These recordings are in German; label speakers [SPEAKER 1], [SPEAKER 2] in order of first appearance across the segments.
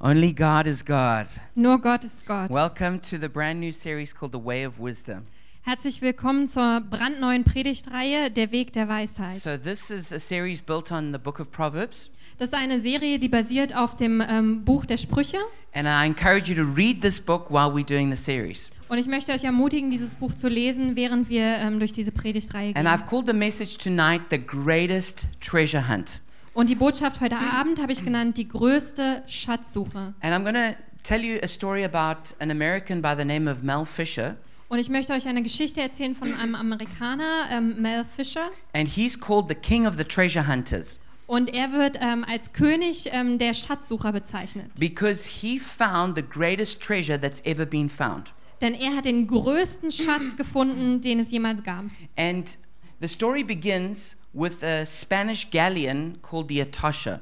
[SPEAKER 1] Only God is God.
[SPEAKER 2] Nur Gott ist Gott.
[SPEAKER 1] Welcome to the brand new series called The Way of Wisdom.
[SPEAKER 2] Herzlich willkommen zur brandneuen Predigtreihe Der Weg der Weisheit.
[SPEAKER 1] So, this is a series built on the book of Proverbs,
[SPEAKER 2] Das ist eine Serie, die basiert auf dem ähm, Buch der Sprüche.
[SPEAKER 1] and I encourage you to read this book while we're doing the series.
[SPEAKER 2] Und ich möchte euch ermutigen, dieses Buch zu lesen, während wir ähm, durch diese Predigtreihe
[SPEAKER 1] And
[SPEAKER 2] gehen.
[SPEAKER 1] I've called the message tonight The Greatest Treasure Hunt.
[SPEAKER 2] Und die Botschaft heute Abend habe ich genannt, die größte Schatzsuche.
[SPEAKER 1] And I'm going to tell you a story about an American by the name of Mel Fisher,
[SPEAKER 2] Und ich möchte euch eine Geschichte erzählen von einem Amerikaner, ähm, Mel Fisher.
[SPEAKER 1] and he's called the King of the Treasure Hunters
[SPEAKER 2] Und er wird ähm, als König ähm, der Schatzsucher bezeichnet.
[SPEAKER 1] because he found the greatest treasure that's ever been found.
[SPEAKER 2] Denn er hat den größten Schatz gefunden, den es jemals gab.
[SPEAKER 1] And the story begins with a Spanish galleon called the Atasha.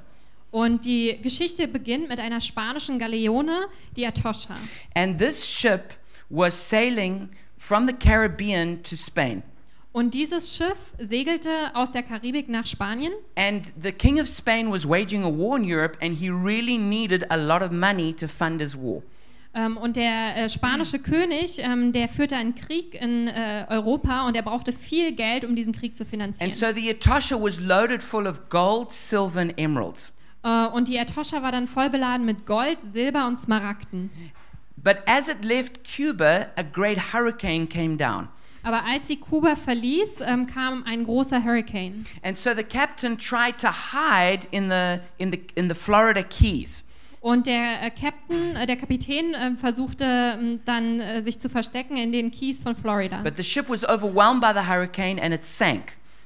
[SPEAKER 2] Und die Geschichte beginnt mit einer spanischen Galeone, die Atosha.
[SPEAKER 1] And this ship was sailing from the Caribbean to Spain.
[SPEAKER 2] Und dieses Schiff segelte aus der Karibik nach Spanien.
[SPEAKER 1] And the king of Spain was waging a war in Europe, and he really needed a lot of money to fund his war.
[SPEAKER 2] Ähm, und der äh, spanische König, ähm, der führte einen Krieg in äh, Europa und er brauchte viel Geld, um diesen Krieg zu finanzieren.
[SPEAKER 1] And so the Atasha was loaded full of gold, silver, and emeralds.
[SPEAKER 2] äh, und die Atosha war dann voll beladen mit Gold, Silber und Smaragden.
[SPEAKER 1] But as it left Cuba, a great hurricane came down.
[SPEAKER 2] Aber als sie Kuba verließ, ähm, kam ein großer Hurricane.
[SPEAKER 1] And so the captain tried to hide in the, in the, in the Florida Keys.
[SPEAKER 2] Und der äh, Captain, äh, der Kapitän ähm, versuchte ähm, dann äh, sich zu verstecken in den Keys von Florida.
[SPEAKER 1] But the ship was overwhelmed by the hurricane and it sank.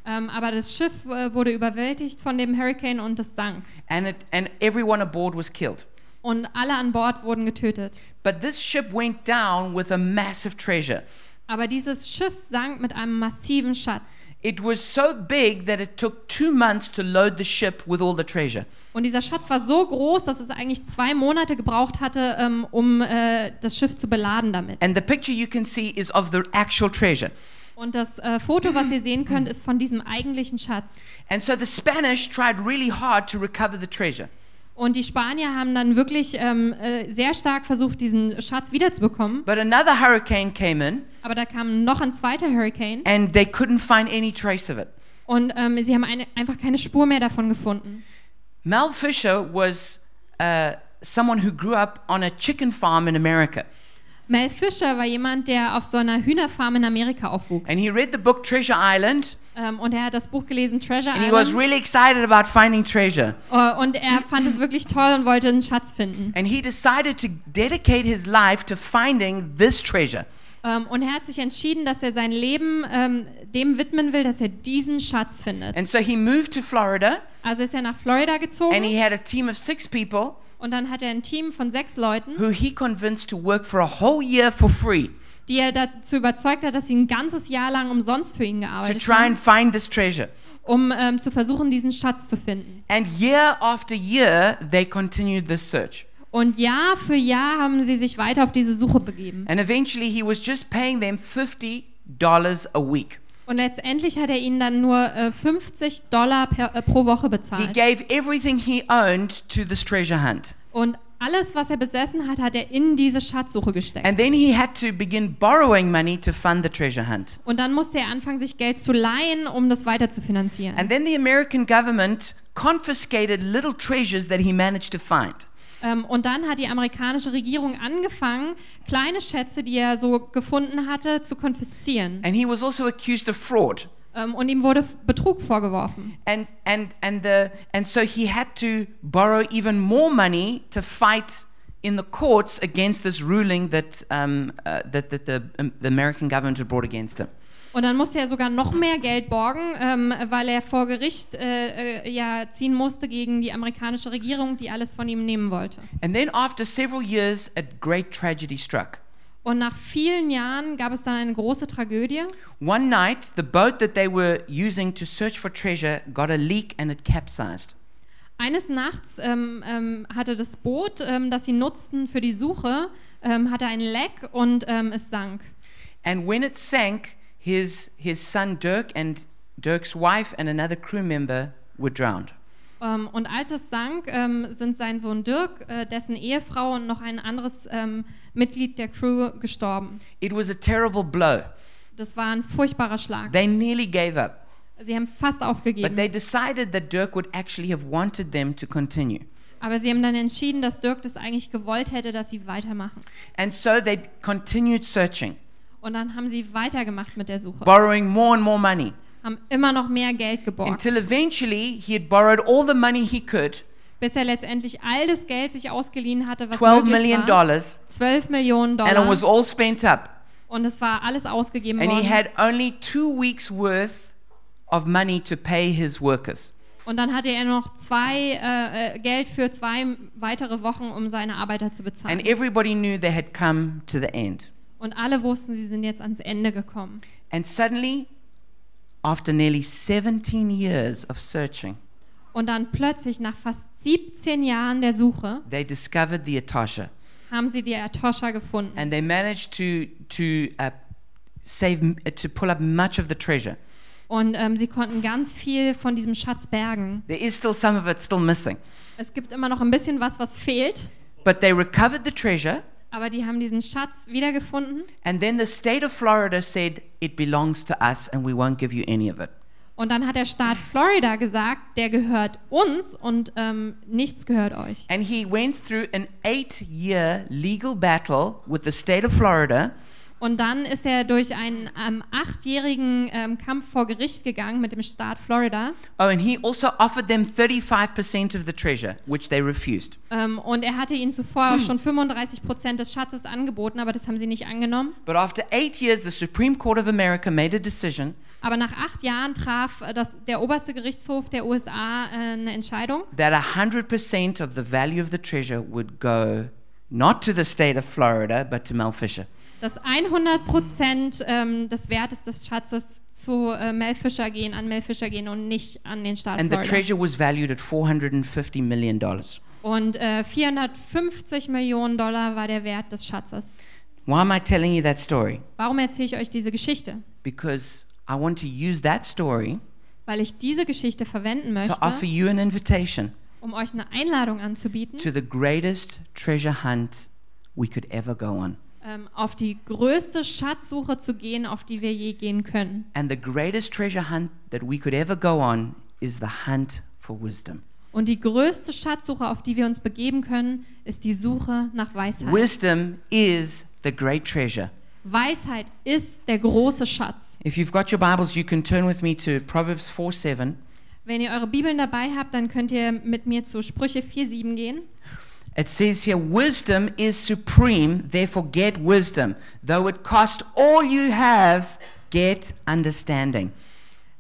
[SPEAKER 2] Ähm, aber das Schiff äh, wurde überwältigt von dem Hurricane und es sank.
[SPEAKER 1] And, it, and everyone aboard was killed.
[SPEAKER 2] Und alle an Bord wurden getötet.
[SPEAKER 1] But this ship went down with a massive treasure.
[SPEAKER 2] Aber dieses Schiff sank mit einem massiven Schatz.
[SPEAKER 1] It was so big that it took two months to load the ship with all the treasure.
[SPEAKER 2] Und dieser Schatz war so groß, dass es eigentlich zwei Monate gebraucht hatte, ähm, um äh, das Schiff zu beladen damit.
[SPEAKER 1] And the picture you can see is of the actual treasure.
[SPEAKER 2] Und das äh, Foto, was ihr sehen könnt, ist von diesem eigentlichen Schatz.
[SPEAKER 1] And so the Spanish tried really hard to recover the treasure.
[SPEAKER 2] Und die Spanier haben dann wirklich ähm, äh, sehr stark versucht, diesen Schatz wiederzubekommen.
[SPEAKER 1] But another hurricane came in
[SPEAKER 2] Aber da kam noch ein zweiter Hurricane
[SPEAKER 1] and they couldn't find any trace of it.
[SPEAKER 2] und ähm, sie haben eine, einfach keine Spur mehr davon gefunden.
[SPEAKER 1] Mal Fisher was uh, someone who grew up on a chicken farm in America.
[SPEAKER 2] Mel Fisher war jemand, der auf so einer Hühnerfarm in Amerika aufwuchs.
[SPEAKER 1] And he read the book Treasure Island
[SPEAKER 2] Ähm, und er hat das Buch gelesen, Treasure
[SPEAKER 1] and he was
[SPEAKER 2] Island.
[SPEAKER 1] really excited about finding treasure.
[SPEAKER 2] Äh, und er fand es wirklich toll und wollte einen Schatz finden.
[SPEAKER 1] And he decided to dedicate his life to finding this treasure.
[SPEAKER 2] Ähm, und er hat sich entschieden, dass er sein Leben ähm, dem widmen will, dass er diesen Schatz findet.
[SPEAKER 1] And so he moved to Florida
[SPEAKER 2] Also ist er nach Florida
[SPEAKER 1] and he
[SPEAKER 2] gezogen
[SPEAKER 1] had a team of six people
[SPEAKER 2] und dann hat er ein Team von sechs Leuten,
[SPEAKER 1] who he convinced to work for a whole year for free
[SPEAKER 2] die er dazu überzeugt hat, dass sie ein ganzes Jahr lang umsonst für ihn
[SPEAKER 1] to
[SPEAKER 2] gearbeitet
[SPEAKER 1] try
[SPEAKER 2] haben,
[SPEAKER 1] and find this treasure.
[SPEAKER 2] um ähm, zu versuchen, diesen Schatz zu finden.
[SPEAKER 1] And year after year, they continued this search.
[SPEAKER 2] Und Jahr für Jahr haben sie sich weiter auf diese Suche begeben.
[SPEAKER 1] And eventually, he was just paying them $50 a week.
[SPEAKER 2] Und letztendlich hat er ihnen dann nur äh, 50 Dollar per, äh, pro Woche
[SPEAKER 1] He
[SPEAKER 2] bezahlt.
[SPEAKER 1] gave everything he owned to this treasure hunt.
[SPEAKER 2] Und alles, was er besessen hat, hat er in diese Schatzsuche gesteckt.
[SPEAKER 1] And then he had to begin borrowing money to fund the treasure hunt.
[SPEAKER 2] Und dann musste er anfangen, sich Geld zu leihen, um das weiter zu finanzieren.
[SPEAKER 1] And then the American government confiscated little treasures that he managed to find.
[SPEAKER 2] Ähm, und dann hat die amerikanische Regierung angefangen, kleine Schätze, die er so gefunden hatte, zu konfiszieren.
[SPEAKER 1] And he was also accused of fraud.
[SPEAKER 2] Ähm, und ihm wurde F- Betrug vorgeworfen.
[SPEAKER 1] And, and, and, the, and so he had to borrow even more money to fight in the courts against this ruling that, um, uh, that, that the, um, the American government had brought against him.
[SPEAKER 2] Und dann musste er sogar noch mehr Geld borgen, ähm, weil er vor Gericht äh, äh, ja ziehen musste gegen die amerikanische Regierung, die alles von ihm nehmen wollte.
[SPEAKER 1] And then after several years, a great tragedy struck.
[SPEAKER 2] Und nach vielen Jahren gab es dann eine große Tragödie.
[SPEAKER 1] One night, the boat that they were using to search for treasure got a leak and it capsized.
[SPEAKER 2] Eines Nachts ähm, ähm, hatte das Boot, ähm, das sie nutzten für die Suche, ähm, hatte ein Leck und ähm, es sank.
[SPEAKER 1] And when it sank, his, his son Dirk and Dirk's wife and another crew member were drowned.
[SPEAKER 2] Ähm, und als es sank, ähm, sind sein Sohn Dirk, äh, dessen Ehefrau und noch ein anderes ähm, Mitglied der Crew gestorben.
[SPEAKER 1] It was a terrible blow.
[SPEAKER 2] Das war ein furchtbarer Schlag.
[SPEAKER 1] They nearly gave up,
[SPEAKER 2] Sie haben fast
[SPEAKER 1] but
[SPEAKER 2] aufgegeben.
[SPEAKER 1] they decided that Dirk would actually have wanted them to continue.
[SPEAKER 2] Aber sie haben dann entschieden, dass Dirk das eigentlich gewollt hätte, dass sie weitermachen.
[SPEAKER 1] And so they continued searching,
[SPEAKER 2] Und dann haben sie weitergemacht mit der Suche.
[SPEAKER 1] borrowing more and more money
[SPEAKER 2] Haben immer noch mehr Geld geborgt,
[SPEAKER 1] until eventually he had borrowed all the money he could
[SPEAKER 2] bis er letztendlich all das Geld sich ausgeliehen hatte, was
[SPEAKER 1] 12
[SPEAKER 2] möglich
[SPEAKER 1] million
[SPEAKER 2] war.
[SPEAKER 1] dollars
[SPEAKER 2] 12 Millionen
[SPEAKER 1] and it was
[SPEAKER 2] Dollar.
[SPEAKER 1] all spent up
[SPEAKER 2] Und es war alles ausgegeben
[SPEAKER 1] and he
[SPEAKER 2] worden.
[SPEAKER 1] had only 2 weeks worth of money to pay his workers
[SPEAKER 2] Und dann hatte er noch zwei äh, äh, Geld für zwei weitere Wochen, um seine Arbeiter zu bezahlen.
[SPEAKER 1] and everybody knew they had come to the end
[SPEAKER 2] Und alle wussten, sie sind jetzt ans Ende gekommen.
[SPEAKER 1] and suddenly after nearly 17 years of searching
[SPEAKER 2] Und dann plötzlich, nach fast 17 Jahren der Suche,
[SPEAKER 1] they discovered the atasha
[SPEAKER 2] haben sie die Atosha gefunden.
[SPEAKER 1] and they managed to to uh, save m- to pull up much of the treasure
[SPEAKER 2] Und ähm, sie konnten ganz viel von diesem Schatz bergen.
[SPEAKER 1] there is still some of it still missing
[SPEAKER 2] Es gibt immer noch ein bisschen was, was fehlt.
[SPEAKER 1] but they recovered the treasure
[SPEAKER 2] Aber die haben diesen Schatz wiedergefunden.
[SPEAKER 1] And then the state of Florida said, it belongs to us and we won't give you any of it.
[SPEAKER 2] Und dann hat der Staat Florida gesagt, der gehört uns und ähm, nichts gehört euch.
[SPEAKER 1] And he went through an eight year legal battle with the state of Florida
[SPEAKER 2] Und dann ist er durch einen ähm, achtjährigen ähm, Kampf vor Gericht gegangen mit dem Staat Florida.
[SPEAKER 1] Oh, and he also offered them 35% of the treasure, which they refused.
[SPEAKER 2] Ähm, und er hatte ihnen zuvor schon 35 Prozent des Schatzes angeboten, aber das haben sie nicht angenommen.
[SPEAKER 1] But after eight years, the Supreme Court of America made a decision
[SPEAKER 2] Aber nach acht Jahren traf äh, das, der oberste Gerichtshof der USA äh, eine Entscheidung,
[SPEAKER 1] that 100% of the value of the treasure would go not to the state of Florida, but to Mel Fisher.
[SPEAKER 2] dass 100 Prozent ähm, des Wertes des Schatzes zu äh, Mel Fisher gehen, an Mel Fisher gehen und nicht an den Staat
[SPEAKER 1] And the
[SPEAKER 2] Florida.
[SPEAKER 1] treasure was valued at $450 million.
[SPEAKER 2] Und äh, 450 Millionen Dollar war der Wert des Schatzes.
[SPEAKER 1] Why am I telling you that story?
[SPEAKER 2] Warum erzähle ich euch diese Geschichte?
[SPEAKER 1] because I want to use that story
[SPEAKER 2] Weil ich diese Geschichte verwenden
[SPEAKER 1] to offer
[SPEAKER 2] möchte,
[SPEAKER 1] you an invitation
[SPEAKER 2] um euch eine Einladung anzubieten
[SPEAKER 1] to the greatest treasure hunt we could ever go on.
[SPEAKER 2] ähm, auf die größte Schatzsuche zu gehen, auf die wir je gehen können.
[SPEAKER 1] And the greatest treasure hunt that we could ever go on is the hunt for wisdom.
[SPEAKER 2] Und die größte Schatzsuche, auf die wir uns begeben können, ist die Suche nach Weisheit.
[SPEAKER 1] Wisdom is the great treasure.
[SPEAKER 2] Weisheit ist der große Schatz.
[SPEAKER 1] If you've got your Bibles, you can turn with me to Proverbs 4 7.
[SPEAKER 2] Wenn ihr eure Bibeln dabei habt, dann könnt ihr mit mir zu Sprüche 4,7 gehen.
[SPEAKER 1] It says here, Wisdom is supreme, therefore get wisdom. Though it cost all you have, get understanding.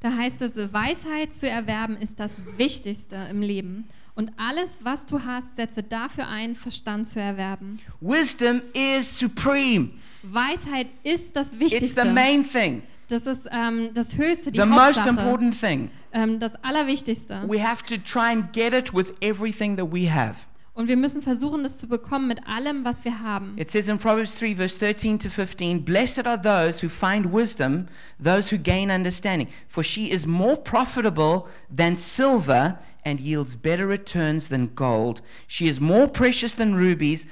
[SPEAKER 2] Da heißt es, Weisheit zu erwerben ist das Wichtigste im Leben. Und alles, was du hast, setze dafür ein, Verstand zu erwerben.
[SPEAKER 1] Wisdom is supreme.
[SPEAKER 2] Weisheit ist das
[SPEAKER 1] It's the
[SPEAKER 2] Wichtigste.
[SPEAKER 1] main thing,
[SPEAKER 2] Das ist ähm, das Höchste, die
[SPEAKER 1] the most
[SPEAKER 2] Hauptsache,
[SPEAKER 1] important thing.
[SPEAKER 2] ähm, das Allerwichtigste.
[SPEAKER 1] We have to try and get it with everything that we have.
[SPEAKER 2] Und wir müssen versuchen, das zu bekommen mit allem, was wir haben.
[SPEAKER 1] It says in Proverbs 3, verse 13 to 15 Blessed are those who find wisdom, those who gain understanding, for she is more profitable than silver and yields better returns than gold. She is more precious than rubies.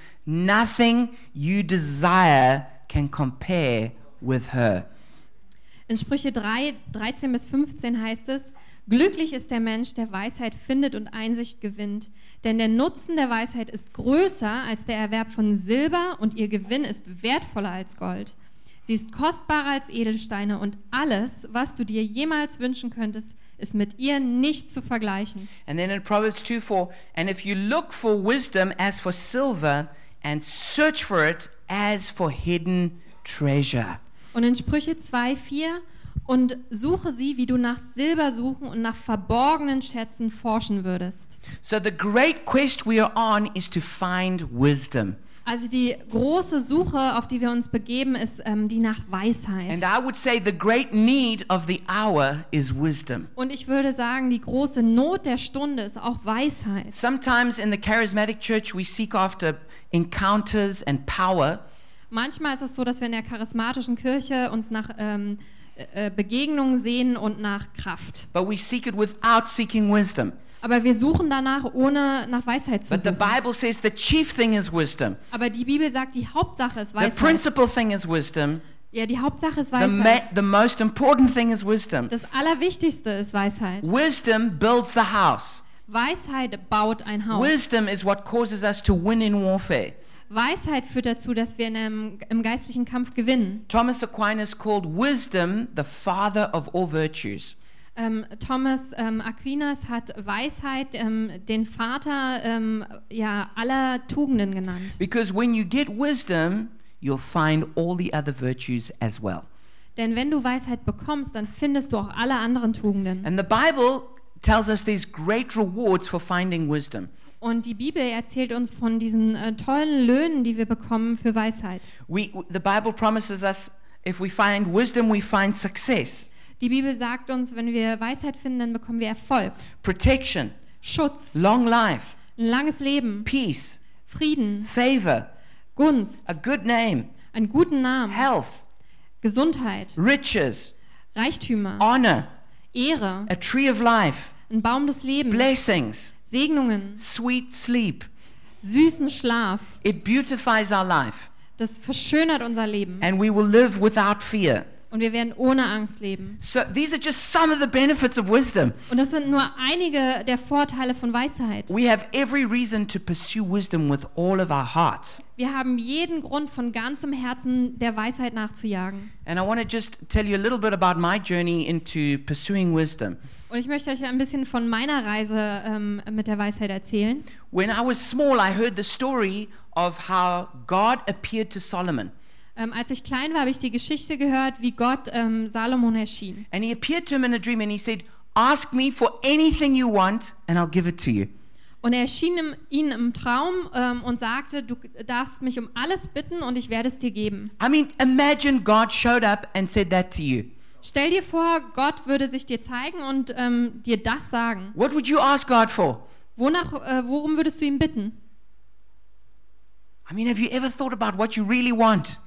[SPEAKER 1] Nothing you desire can compare with her.
[SPEAKER 2] In Sprüche 3, 13 bis 15 heißt es, Glücklich ist der Mensch, der Weisheit findet und Einsicht gewinnt. Denn der Nutzen der Weisheit ist größer als der Erwerb von Silber und ihr Gewinn ist wertvoller als Gold. Sie ist kostbarer als Edelsteine und alles, was du dir jemals wünschen könntest, ist mit ihr nicht zu vergleichen.
[SPEAKER 1] And then in Proverbs 2 4, and if you look for wisdom as for silver and search for it as for hidden treasure.
[SPEAKER 2] Und in Sprüche 2, 4, und suche sie, wie du nach Silber suchen und nach verborgenen Schätzen forschen würdest.
[SPEAKER 1] So the great quest we are on is to find wisdom.
[SPEAKER 2] Also die große Suche, auf die wir uns begeben, ist ähm, die nach Weisheit.
[SPEAKER 1] And I would say the great need of the hour is wisdom.
[SPEAKER 2] Und ich würde sagen, die große Not der Stunde ist auch Weisheit.
[SPEAKER 1] Sometimes in the charismatic church, we seek after encounters and power,
[SPEAKER 2] Manchmal ist es so, dass wir in der charismatischen Kirche uns nach ähm, äh, Begegnungen sehen und nach Kraft.
[SPEAKER 1] but we seek it without seeking wisdom.
[SPEAKER 2] Aber wir suchen danach, ohne nach Weisheit zu
[SPEAKER 1] But the
[SPEAKER 2] suchen.
[SPEAKER 1] Bible says the chief thing is wisdom.
[SPEAKER 2] Aber die Bibel sagt, die Hauptsache ist
[SPEAKER 1] The
[SPEAKER 2] Weisheit.
[SPEAKER 1] principal thing is wisdom.
[SPEAKER 2] Ja, die Hauptsache ist
[SPEAKER 1] The, ma-
[SPEAKER 2] Weisheit.
[SPEAKER 1] the most important thing is wisdom.
[SPEAKER 2] Das Allerwichtigste ist Weisheit.
[SPEAKER 1] Wisdom builds the house.
[SPEAKER 2] Weisheit baut ein Haus.
[SPEAKER 1] Wisdom is what causes us to win in warfare.
[SPEAKER 2] Weisheit führt dazu, dass wir in einem, im geistlichen Kampf gewinnen.
[SPEAKER 1] Thomas Aquinas called wisdom the father of all virtues.
[SPEAKER 2] Ähm, Thomas ähm, Aquinas hat Weisheit ähm, den Vater ähm, ja, aller Tugenden genannt.
[SPEAKER 1] Because when you get wisdom, you'll find all the other virtues as well.
[SPEAKER 2] Denn wenn du Weisheit bekommst, dann findest du auch alle anderen Tugenden.
[SPEAKER 1] And the Bible tells us there's great rewards for finding wisdom.
[SPEAKER 2] Und die Bibel erzählt uns von diesen äh, tollen Löhnen, die wir bekommen für Weisheit.
[SPEAKER 1] We, the Bible promises us if we find wisdom, we find success,
[SPEAKER 2] Die Bibel sagt uns, wenn wir Weisheit finden, dann bekommen wir Erfolg,
[SPEAKER 1] protection,
[SPEAKER 2] Schutz,
[SPEAKER 1] long life,
[SPEAKER 2] ein langes Leben,
[SPEAKER 1] peace,
[SPEAKER 2] Frieden,
[SPEAKER 1] favor,
[SPEAKER 2] Gunst,
[SPEAKER 1] a good name,
[SPEAKER 2] einen guten Namen,
[SPEAKER 1] health,
[SPEAKER 2] Gesundheit,
[SPEAKER 1] riches,
[SPEAKER 2] Reichtümer,
[SPEAKER 1] honor,
[SPEAKER 2] Ehre,
[SPEAKER 1] a tree of life,
[SPEAKER 2] ein Baum des Lebens,
[SPEAKER 1] blessings,
[SPEAKER 2] Segnungen,
[SPEAKER 1] sweet sleep.
[SPEAKER 2] süßen Schlaf.
[SPEAKER 1] It beautifies our life,
[SPEAKER 2] Das verschönert unser Leben
[SPEAKER 1] and we will live without fear.
[SPEAKER 2] und wir werden ohne Angst leben.
[SPEAKER 1] So these are just some of the benefits of wisdom.
[SPEAKER 2] Und das sind nur einige der Vorteile von Weisheit.
[SPEAKER 1] We have every reason to pursue wisdom with all of our hearts.
[SPEAKER 2] Wir haben jeden Grund von ganzem Herzen der Weisheit nachzujagen.
[SPEAKER 1] And I want to just tell you a little bit about my journey into pursuing wisdom.
[SPEAKER 2] Und ich möchte euch ein bisschen von meiner Reise ähm, mit der Weisheit erzählen.
[SPEAKER 1] When I was small, I heard the story of how God appeared to Solomon.
[SPEAKER 2] Ähm, als ich klein war, habe ich die Geschichte gehört, wie Gott ähm, Salomon erschien.
[SPEAKER 1] And he appeared to him in a dream and he said, Ask me for anything you want and I'll give it to you.
[SPEAKER 2] Und er erschien ihm, ihn im Traum ähm, und sagte, du darfst mich um alles bitten und ich werde es dir geben.
[SPEAKER 1] I mean, imagine God showed up and said that to you.
[SPEAKER 2] Stell dir vor, Gott würde sich dir zeigen und ähm, dir das sagen.
[SPEAKER 1] What would you ask God for?
[SPEAKER 2] Wonach, äh, worum würdest du ihn bitten?
[SPEAKER 1] I mean, have you ever thought about what you really want?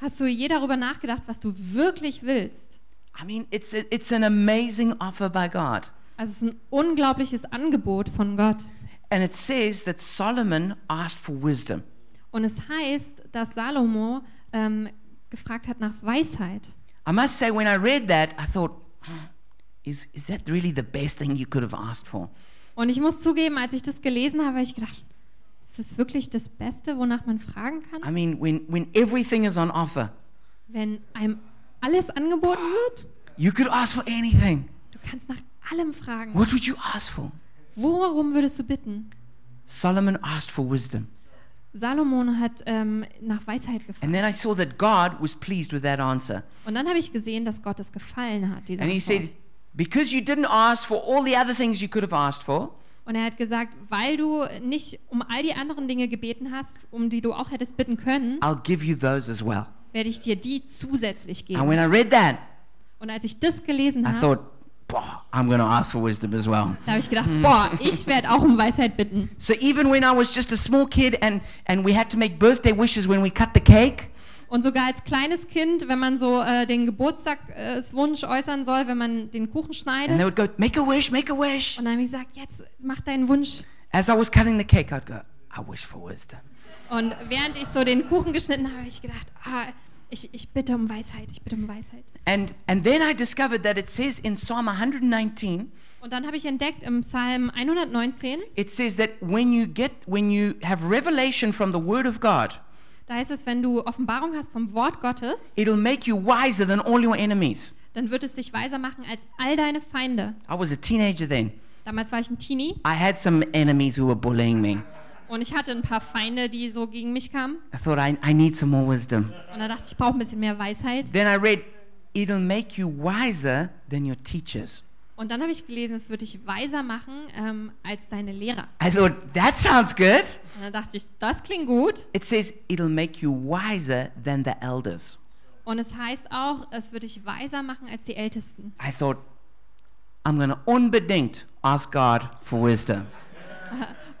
[SPEAKER 2] Hast du je darüber nachgedacht, was du wirklich willst?
[SPEAKER 1] I mean, it's, a, it's an amazing offer by God.
[SPEAKER 2] Also es ist ein unglaubliches Angebot von Gott.
[SPEAKER 1] And it says that Solomon asked for wisdom.
[SPEAKER 2] Und es heißt, dass Salomo ähm, gefragt hat nach Weisheit.
[SPEAKER 1] I must say, when I read that, I thought, "Hmm, is, is that really the best thing you could have asked for?
[SPEAKER 2] Und ich muss zugeben, als ich das gelesen habe, habe ich gedacht, ist das wirklich das Beste, wonach man fragen
[SPEAKER 1] I
[SPEAKER 2] kann,
[SPEAKER 1] mean, when, when everything is on offer,
[SPEAKER 2] wenn einem alles angeboten wird?
[SPEAKER 1] you could ask for anything.
[SPEAKER 2] Du kannst nach allem fragen.
[SPEAKER 1] What would you ask for?
[SPEAKER 2] Worum würdest du bitten?
[SPEAKER 1] Solomon asked for wisdom.
[SPEAKER 2] Salomon hat ähm, nach Weisheit gefragt.
[SPEAKER 1] And then I saw that God was pleased with that answer.
[SPEAKER 2] Und dann habe ich gesehen, dass Gott es gefallen hat, diese
[SPEAKER 1] And he
[SPEAKER 2] Antwort.
[SPEAKER 1] said, Because you didn't ask for all the other things you could have asked for,
[SPEAKER 2] Und er hat gesagt, weil du nicht um all die anderen Dinge gebeten hast, um die du auch hättest bitten können,
[SPEAKER 1] I'll give you those as well.
[SPEAKER 2] werde ich dir die zusätzlich
[SPEAKER 1] And
[SPEAKER 2] geben.
[SPEAKER 1] when I read that,
[SPEAKER 2] Und als ich das gelesen
[SPEAKER 1] I
[SPEAKER 2] habe,
[SPEAKER 1] thought, "Bah, I'm going to ask for wisdom as well.
[SPEAKER 2] da habe ich gedacht,
[SPEAKER 1] hmm.
[SPEAKER 2] boah, ich werde auch um Weisheit bitten.
[SPEAKER 1] So even when I was just a small kid and, and we had to make birthday wishes when we cut the cake,
[SPEAKER 2] Und sogar als kleines Kind, wenn man so äh, den Geburtstagswunsch äußern soll, wenn man den Kuchen
[SPEAKER 1] and
[SPEAKER 2] schneidet,
[SPEAKER 1] they
[SPEAKER 2] und
[SPEAKER 1] would go, make a wish, make a wish.
[SPEAKER 2] dann habe ich gesagt, jetzt mach deinen Wunsch.
[SPEAKER 1] As I was cutting the cake, I'd go, I wish for wisdom.
[SPEAKER 2] Und während ich so den Kuchen geschnitten habe, habe ich gedacht, ah, ich, ich bitte um Weisheit, ich bitte um Weisheit.
[SPEAKER 1] And, and then I discovered that it says in Psalm 119,
[SPEAKER 2] Und dann habe ich entdeckt im Psalm 119,
[SPEAKER 1] it says that when you get, when you have revelation from the word of God,
[SPEAKER 2] Da heißt es, wenn du Offenbarung hast vom Wort Gottes,
[SPEAKER 1] it'll make you wiser than all your enemies.
[SPEAKER 2] dann wird es dich weiser machen als all deine Feinde.
[SPEAKER 1] I was a teenager then.
[SPEAKER 2] Damals war ich ein Teenie
[SPEAKER 1] I had some enemies who were bullying me.
[SPEAKER 2] und ich hatte ein paar Feinde, die so gegen mich kamen.
[SPEAKER 1] I thought, I, I need some more wisdom.
[SPEAKER 2] Und da dachte ich, ich brauche ein bisschen mehr Weisheit.
[SPEAKER 1] Then I read, it'll make you wiser than your teachers.
[SPEAKER 2] Und dann habe ich gelesen, es wird dich weiser machen ähm, als deine Lehrer.
[SPEAKER 1] I thought, that sounds good.
[SPEAKER 2] Und dann dachte ich, das klingt gut.
[SPEAKER 1] It says, it'll make you wiser than the elders.
[SPEAKER 2] Und es heißt auch, es wird dich weiser machen als die Ältesten.
[SPEAKER 1] I thought, I'm going to unbedingt ask God for wisdom.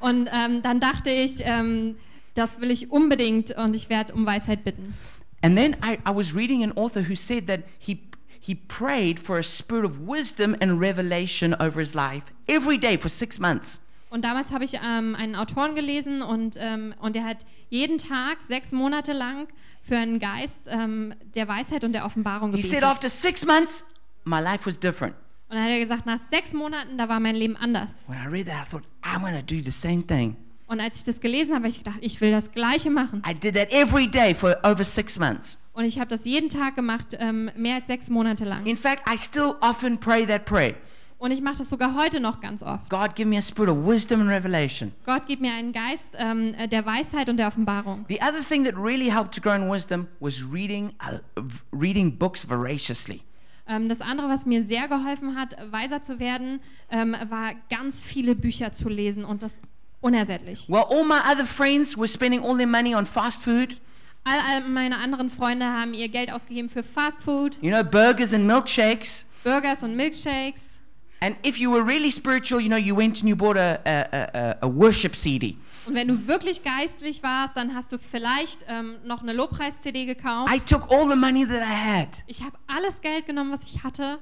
[SPEAKER 2] Und ähm, dann dachte ich, ähm, das will ich unbedingt und ich werde um Weisheit bitten.
[SPEAKER 1] And then I, I was reading an author who said that he, he prayed for a spirit of wisdom and revelation over his life every day for six months.
[SPEAKER 2] Und damals habe ich ähm, einen Autoren gelesen und, ähm, und der hat jeden Tag sechs Monate lang für einen Geist ähm, der Weisheit und der Offenbarung
[SPEAKER 1] He said,
[SPEAKER 2] gebetet.
[SPEAKER 1] after six months, my life was different.
[SPEAKER 2] Und dann hat er gesagt, nach sechs Monaten, da war mein Leben anders.
[SPEAKER 1] When I read that, I thought, I'm going to do the same thing.
[SPEAKER 2] Und als ich das gelesen habe, habe ich gedacht, ich will das Gleiche machen.
[SPEAKER 1] I did that every day for over six months.
[SPEAKER 2] Und ich habe das jeden Tag gemacht, ähm, mehr als sechs Monate lang.
[SPEAKER 1] In fact, I still often pray that prayer
[SPEAKER 2] Und ich mache das sogar heute noch ganz oft.
[SPEAKER 1] God, give me a spirit of wisdom and revelation.
[SPEAKER 2] Gott gibt mir einen Geist ähm, der Weisheit und der Offenbarung.
[SPEAKER 1] The other thing that really helped to grow in wisdom was reading, uh, v- reading books voraciously.
[SPEAKER 2] Ähm, das andere, was mir sehr geholfen hat, weiser zu werden, ähm, war ganz viele Bücher zu lesen und das unersättlich.
[SPEAKER 1] While all my other friends were spending all their money on fast food,
[SPEAKER 2] All, all meine anderen Freunde haben ihr Geld ausgegeben für Fastfood,
[SPEAKER 1] you know, burgers and milkshakes.
[SPEAKER 2] Burgers und Milkshakes.
[SPEAKER 1] And if you were really spiritual, you know, you went and you bought a, a, a, a worship CD.
[SPEAKER 2] Und wenn du wirklich geistlich warst, dann hast du vielleicht ähm, noch eine Lobpreis-CD gekauft.
[SPEAKER 1] I took all the money that I had,
[SPEAKER 2] Ich habe alles Geld genommen, was ich hatte.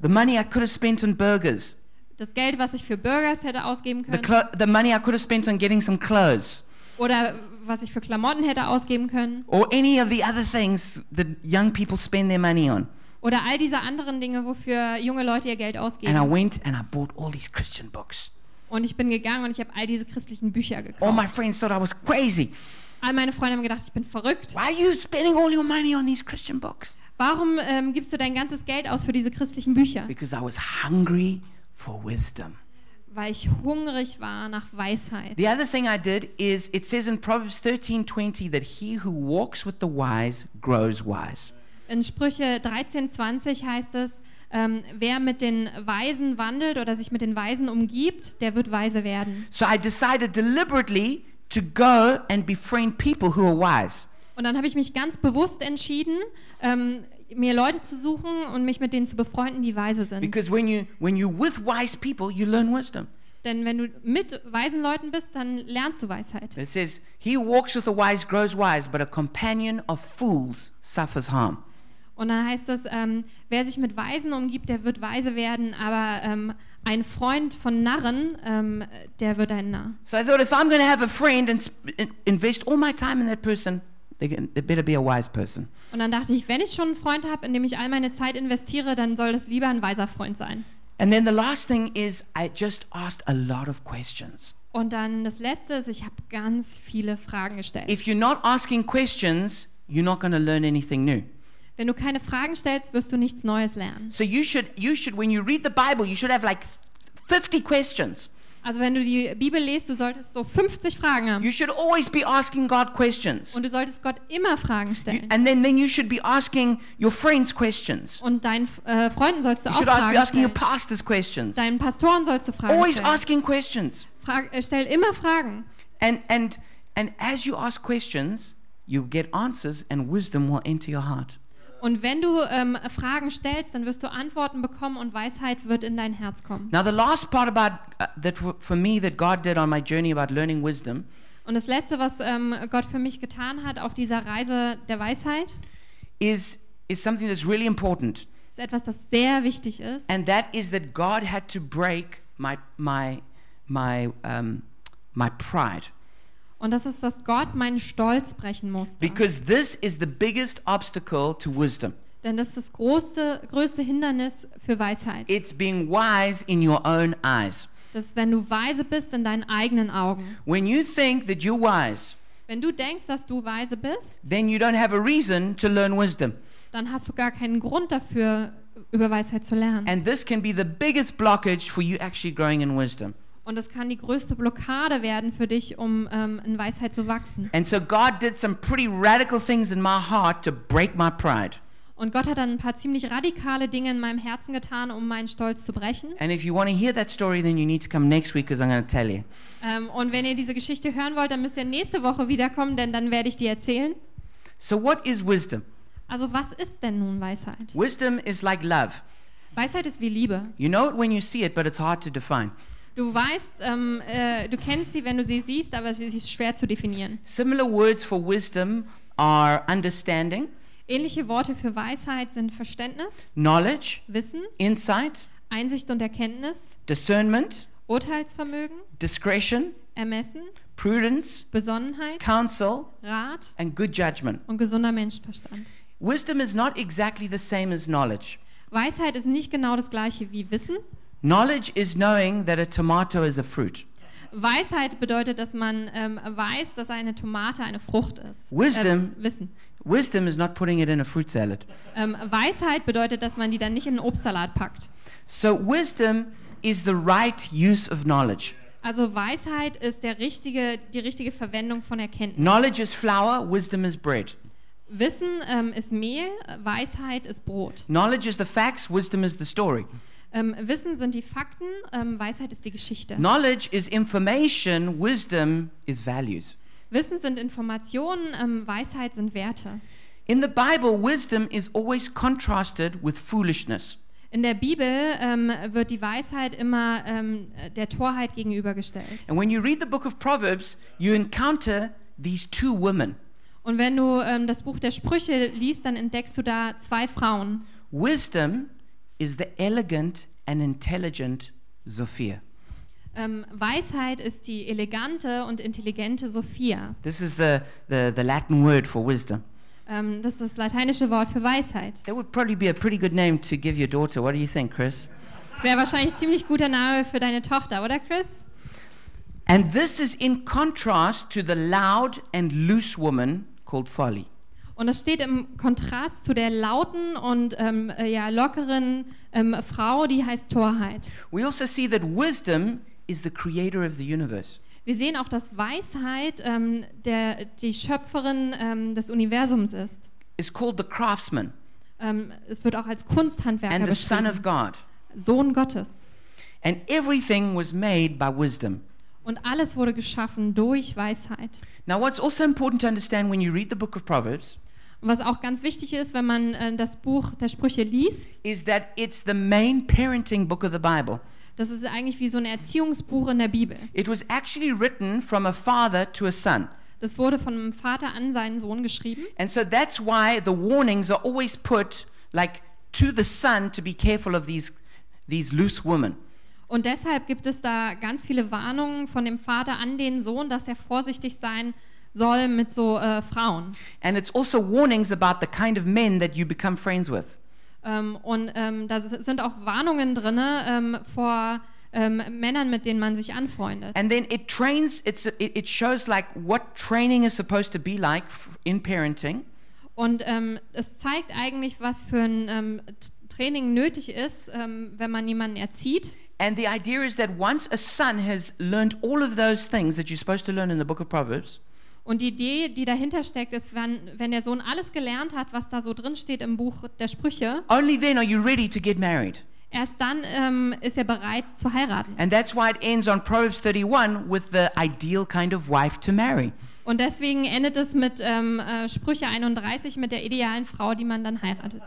[SPEAKER 1] the money I could have spent on burgers,
[SPEAKER 2] Das Geld, was ich für Burgers hätte ausgeben
[SPEAKER 1] the,
[SPEAKER 2] können
[SPEAKER 1] clo- the money I could have spent on getting some clothes,
[SPEAKER 2] oder was ich für Klamotten hätte ausgeben können
[SPEAKER 1] or any of the other things that young people spend their money on.
[SPEAKER 2] oder all diese anderen Dinge, wofür junge Leute ihr Geld
[SPEAKER 1] And I
[SPEAKER 2] ausgeben.
[SPEAKER 1] went and I bought all these Christian books.
[SPEAKER 2] Und ich bin gegangen und ich habe all diese christlichen Bücher
[SPEAKER 1] All
[SPEAKER 2] gekauft.
[SPEAKER 1] my friends thought I was crazy.
[SPEAKER 2] All meine Freunde haben gedacht, ich bin verrückt.
[SPEAKER 1] Why are you spending all your money on these Christian books?
[SPEAKER 2] Warum ähm, gibst du dein ganzes Geld aus für diese christlichen Bücher?
[SPEAKER 1] Because I was hungry for wisdom.
[SPEAKER 2] Weil ich hungrig war nach Weisheit.
[SPEAKER 1] The other thing I did is it says in Proverbs 13:20 that he who walks with the wise grows wise.
[SPEAKER 2] In Sprüche 13,20 heißt es, ähm, wer mit den Weisen wandelt oder sich mit den Weisen umgibt, der wird weise werden.
[SPEAKER 1] So I decided deliberately to go and befriend people who are wise.
[SPEAKER 2] Und dann habe ich mich ganz bewusst entschieden, ähm, mir Leute zu suchen und mich mit denen zu befreunden, die weise sind.
[SPEAKER 1] Because when you when you're with wise people, you learn wisdom.
[SPEAKER 2] Denn wenn du mit weisen Leuten bist, dann lernst du Weisheit.
[SPEAKER 1] It says, "He who walks with the wise grows wise, but a companion of fools suffers harm."
[SPEAKER 2] Und dann heißt es, ähm, wer sich mit Weisen umgibt, der wird weise werden, aber ähm, ein Freund von Narren, ähm, der wird ein Narr.
[SPEAKER 1] So I thought, if I'm going to have a friend and sp- in- invest all my time in that person, they, can- they better be a wise person.
[SPEAKER 2] Und dann dachte ich, wenn ich schon einen Freund habe, in dem ich all meine Zeit investiere, dann soll das lieber ein weiser Freund sein.
[SPEAKER 1] And then the last thing is, I just asked a lot of questions.
[SPEAKER 2] Und dann das Letzte ist, ich habe ganz viele Fragen gestellt.
[SPEAKER 1] If you're not asking questions, you're not going to learn anything new.
[SPEAKER 2] Wenn du keine Fragen stellst, wirst du nichts Neues lernen.
[SPEAKER 1] So you should, you should, when you read the Bible, you should have like 50 questions.
[SPEAKER 2] Also wenn du die Bibel lest, du solltest so 50 Fragen haben.
[SPEAKER 1] You should always be asking God questions.
[SPEAKER 2] Und du solltest Gott immer Fragen
[SPEAKER 1] You-
[SPEAKER 2] stellen.
[SPEAKER 1] and then, then you should be asking your friends questions.
[SPEAKER 2] Und deinen äh, Freunden sollst du
[SPEAKER 1] You
[SPEAKER 2] auch
[SPEAKER 1] should ask, be
[SPEAKER 2] Fragen
[SPEAKER 1] asking your
[SPEAKER 2] stellen.
[SPEAKER 1] pastors questions.
[SPEAKER 2] Deinen Pastoren sollst du Fragen
[SPEAKER 1] Always
[SPEAKER 2] stellen.
[SPEAKER 1] asking questions.
[SPEAKER 2] Frag, äh, stell immer Fragen.
[SPEAKER 1] And and and as you ask questions, you'll get answers and wisdom will enter your heart.
[SPEAKER 2] Und wenn du ähm, Fragen stellst, dann wirst du Antworten bekommen und Weisheit wird in dein Herz kommen.
[SPEAKER 1] Now the last part about uh, that w- for me that God did on my journey about learning wisdom
[SPEAKER 2] Und das Letzte, was ähm, Gott für mich getan hat auf dieser Reise der Weisheit,
[SPEAKER 1] is is something that's really important.
[SPEAKER 2] ist etwas, das sehr wichtig ist.
[SPEAKER 1] And that is that God had to break my my my um my pride
[SPEAKER 2] Und das ist, dass Gott meinen Stolz brechen musste.
[SPEAKER 1] because this is the biggest obstacle to wisdom.
[SPEAKER 2] Denn das ist das größte, größte Hindernis für Weisheit.
[SPEAKER 1] It's being wise in your own eyes.
[SPEAKER 2] Das ist, wenn du weise bist in deinen eigenen Augen.
[SPEAKER 1] When you think that you're wise,
[SPEAKER 2] Wenn du denkst, dass du weise bist,
[SPEAKER 1] then you don't have a reason to learn wisdom.
[SPEAKER 2] dann hast du gar keinen Grund dafür, über Weisheit zu lernen.
[SPEAKER 1] And this can be the biggest blockage for you actually growing in wisdom.
[SPEAKER 2] Und das kann die größte Blockade werden für dich, um ähm, in Weisheit zu wachsen.
[SPEAKER 1] And so God did some pretty radical things in my heart to break my pride.
[SPEAKER 2] Und Gott hat dann ein paar ziemlich radikale Dinge in meinem Herzen getan, um meinen Stolz zu brechen.
[SPEAKER 1] And if you want to hear that story, then you need to come next week because I'm going to tell you.
[SPEAKER 2] Ähm, und wenn ihr diese Geschichte hören wollt, dann müsst ihr nächste Woche wiederkommen, denn dann werde ich die erzählen.
[SPEAKER 1] So, what is wisdom?
[SPEAKER 2] Also was ist denn nun Weisheit?
[SPEAKER 1] Wisdom is like love.
[SPEAKER 2] Weisheit ist wie Liebe.
[SPEAKER 1] You know it when you see it, but it's hard to define.
[SPEAKER 2] Du weißt, ähm, äh, du kennst sie, wenn du sie siehst, aber sie ist schwer zu definieren.
[SPEAKER 1] Similar words for wisdom are understanding,
[SPEAKER 2] Ähnliche Worte für Weisheit sind Verständnis,
[SPEAKER 1] knowledge,
[SPEAKER 2] Wissen,
[SPEAKER 1] insight,
[SPEAKER 2] Einsicht und Erkenntnis,
[SPEAKER 1] discernment,
[SPEAKER 2] Urteilsvermögen,
[SPEAKER 1] discretion,
[SPEAKER 2] Ermessen,
[SPEAKER 1] prudence,
[SPEAKER 2] Besonnenheit,
[SPEAKER 1] counsel,
[SPEAKER 2] Rat
[SPEAKER 1] and good judgment.
[SPEAKER 2] und gesunder Menschenverstand.
[SPEAKER 1] Wisdom is not exactly the same as knowledge.
[SPEAKER 2] Weisheit ist nicht genau das gleiche wie Wissen.
[SPEAKER 1] Knowledge is knowing that a tomato is a fruit.
[SPEAKER 2] Weisheit bedeutet, dass man ähm, weiß, dass eine Tomate eine Frucht ist.
[SPEAKER 1] Wisdom.
[SPEAKER 2] Ähm, Wissen.
[SPEAKER 1] Wisdom is not putting it in a fruit salad.
[SPEAKER 2] Ähm, Weisheit bedeutet, dass man die dann nicht in einen Obstsalat packt.
[SPEAKER 1] So, wisdom is the right use of knowledge.
[SPEAKER 2] Also Weisheit ist der richtige, die richtige Verwendung von Erkenntnis.
[SPEAKER 1] Knowledge is flour, wisdom is bread.
[SPEAKER 2] Wissen ähm, ist Mehl, Weisheit ist Brot.
[SPEAKER 1] Knowledge is the facts, wisdom is the story.
[SPEAKER 2] Ähm, Wissen sind die Fakten, ähm, Weisheit ist die Geschichte.
[SPEAKER 1] Knowledge is information, wisdom is values.
[SPEAKER 2] Wissen sind Informationen, ähm, Weisheit sind Werte.
[SPEAKER 1] In the Bible, wisdom is always contrasted with foolishness.
[SPEAKER 2] In der Bibel ähm, wird die Weisheit immer ähm, der Torheit gegenübergestellt.
[SPEAKER 1] And when you read the book of Proverbs, you encounter these two women.
[SPEAKER 2] Und wenn du ähm, das Buch der Sprüche liest, dann entdeckst du da zwei Frauen.
[SPEAKER 1] Wisdom is the elegant and intelligent Sophia.
[SPEAKER 2] Ähm, Weisheit ist die elegante und intelligente Sophia.
[SPEAKER 1] This is the, the, the Latin word for wisdom.
[SPEAKER 2] Ähm, das ist das lateinische Wort für Weisheit.
[SPEAKER 1] That would probably be a pretty good name to give your daughter. What do you think, Chris?
[SPEAKER 2] Das wäre wahrscheinlich ziemlich guter Name für deine Tochter, oder Chris?
[SPEAKER 1] And this is in contrast to the loud and loose woman called folly.
[SPEAKER 2] Und das steht im Kontrast zu der lauten und ähm, äh, ja, lockeren ähm, Frau, die heißt Torheit.
[SPEAKER 1] We also see that wisdom is the creator of the universe.
[SPEAKER 2] Wir sehen auch, dass Weisheit ähm, der, die Schöpferin ähm, des Universums ist.
[SPEAKER 1] It's called the craftsman
[SPEAKER 2] Ähm, es wird auch als Kunsthandwerker
[SPEAKER 1] and the son
[SPEAKER 2] beschrieben.
[SPEAKER 1] of God.
[SPEAKER 2] Sohn Gottes.
[SPEAKER 1] And everything was made by wisdom.
[SPEAKER 2] Und alles wurde geschaffen durch Weisheit.
[SPEAKER 1] Now, what's also important to understand when you read the book of Proverbs
[SPEAKER 2] Und was auch ganz wichtig ist, wenn man äh, das Buch der Sprüche liest,
[SPEAKER 1] is that it's the main parenting book of the Bible.
[SPEAKER 2] das ist eigentlich wie so ein Erziehungsbuch in der Bibel.
[SPEAKER 1] It was actually written from a father to a son.
[SPEAKER 2] Das wurde von einem Vater an seinen Sohn geschrieben.
[SPEAKER 1] And so that's why the warnings are always put like to the son to be careful of these these loose women.
[SPEAKER 2] Und deshalb gibt es da ganz viele Warnungen von dem Vater an den Sohn, dass er vorsichtig sein soll mit so äh, Frauen.
[SPEAKER 1] And it's also warnings about the kind of men that you become friends with.
[SPEAKER 2] Ähm, und ähm, da s- sind auch Warnungen drin ähm, vor ähm, Männern, mit denen man sich anfreundet.
[SPEAKER 1] And then it trains it's it, it shows like what training is supposed to be like f- in parenting.
[SPEAKER 2] Und ähm, es zeigt eigentlich, was für ein ähm, T- Training nötig ist, ähm, wenn man jemanden erzieht.
[SPEAKER 1] And the idea is that once a son has learned all of those things that you're supposed to learn in the book of Proverbs,
[SPEAKER 2] Und die Idee, die dahinter steckt, ist, wenn, wenn der Sohn alles gelernt hat, was da so drin steht im Buch der Sprüche,
[SPEAKER 1] only then are you ready to get married.
[SPEAKER 2] erst dann ähm, ist er bereit zu heiraten.
[SPEAKER 1] And that's why it ends on Proverbs 31 with the ideal kind of wife to marry.
[SPEAKER 2] Und deswegen endet es mit ähm, äh, Sprüche 31 mit der idealen Frau, die man dann heiratet.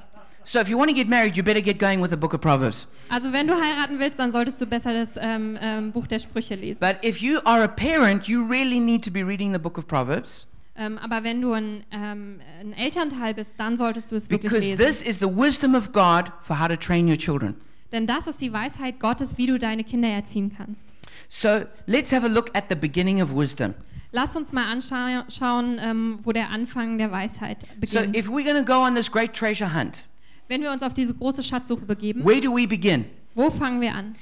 [SPEAKER 1] So if you want to get married, you better get going with the book of Proverbs.
[SPEAKER 2] Also wenn du heiraten willst, dann solltest du besser das ähm, ähm, Buch der Sprüche lesen.
[SPEAKER 1] But if you are a parent, you really need to be reading the book of Proverbs
[SPEAKER 2] Ähm, aber wenn du ein, ähm, ein Elternteil bist, dann solltest du es wirklich
[SPEAKER 1] because
[SPEAKER 2] lesen.
[SPEAKER 1] this is the wisdom of God for how to train your children.
[SPEAKER 2] Denn das ist die Weisheit Gottes, wie du deine Kinder erziehen kannst.
[SPEAKER 1] So let's have a look at the beginning of wisdom.
[SPEAKER 2] Lass uns mal anschauen, ähm, wo der Anfang der Weisheit
[SPEAKER 1] So
[SPEAKER 2] beginnt.
[SPEAKER 1] if we're going to go on this great treasure hunt,
[SPEAKER 2] Wenn wir uns auf diese große Schatzsuche begeben,
[SPEAKER 1] where do we begin?
[SPEAKER 2] wo fangen wir an?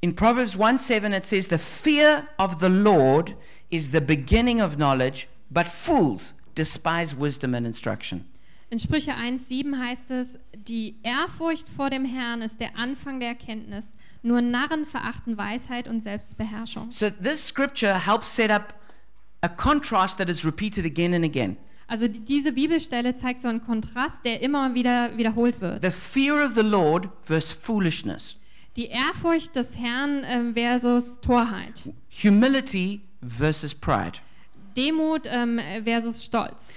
[SPEAKER 1] In Proverbs 1 7, it says, The fear of the Lord is the beginning of knowledge, but fools despise wisdom and instruction.
[SPEAKER 2] In Sprüche 1,7 heißt es, die Ehrfurcht vor dem Herrn ist der Anfang der Erkenntnis. Nur Narren verachten Weisheit und Selbstbeherrschung.
[SPEAKER 1] So this scripture helps set up a contrast that is repeated again and again.
[SPEAKER 2] Also die, diese Bibelstelle zeigt so einen Kontrast, der immer wieder wiederholt wird.
[SPEAKER 1] The fear of the Lord versus foolishness.
[SPEAKER 2] Die Ehrfurcht des Herrn ähm, versus Torheit.
[SPEAKER 1] Humility versus pride.
[SPEAKER 2] Demut ähm, versus Stolz.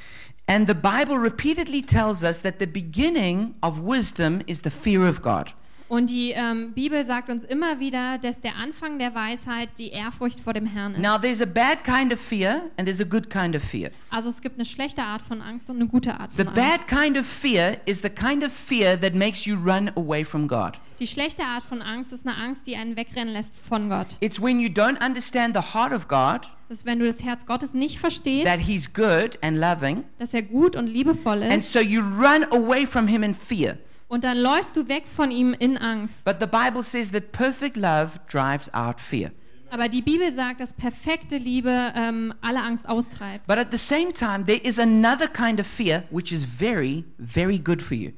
[SPEAKER 1] And the Bible repeatedly tells us that the beginning of wisdom is the fear of God.
[SPEAKER 2] Und die ähm, Bibel sagt uns immer wieder, dass der Anfang der Weisheit die Ehrfurcht vor dem Herrn ist.
[SPEAKER 1] Now, there's a bad kind of fear and there's a good kind of fear.
[SPEAKER 2] Also es gibt eine schlechte Art von Angst und eine gute Art
[SPEAKER 1] The
[SPEAKER 2] von Angst.
[SPEAKER 1] bad kind of fear is the kind of fear that makes you run away from God.
[SPEAKER 2] Die schlechte Art von Angst ist eine Angst, die einen wegrennen lässt von Gott.
[SPEAKER 1] It's when you don't understand the heart of God,
[SPEAKER 2] Das ist, wenn du das Herz Gottes nicht verstehst,
[SPEAKER 1] that He's good and loving,
[SPEAKER 2] dass er gut und liebevoll
[SPEAKER 1] and
[SPEAKER 2] ist,
[SPEAKER 1] so you run away from Him in fear.
[SPEAKER 2] und dann läufst du weg von ihm in Angst.
[SPEAKER 1] But the Bible says that perfect love drives out fear.
[SPEAKER 2] Aber die Bibel sagt, dass perfekte Liebe ähm, alle Angst austreibt.
[SPEAKER 1] But at the same time, there is another kind of fear which is very, very good for you.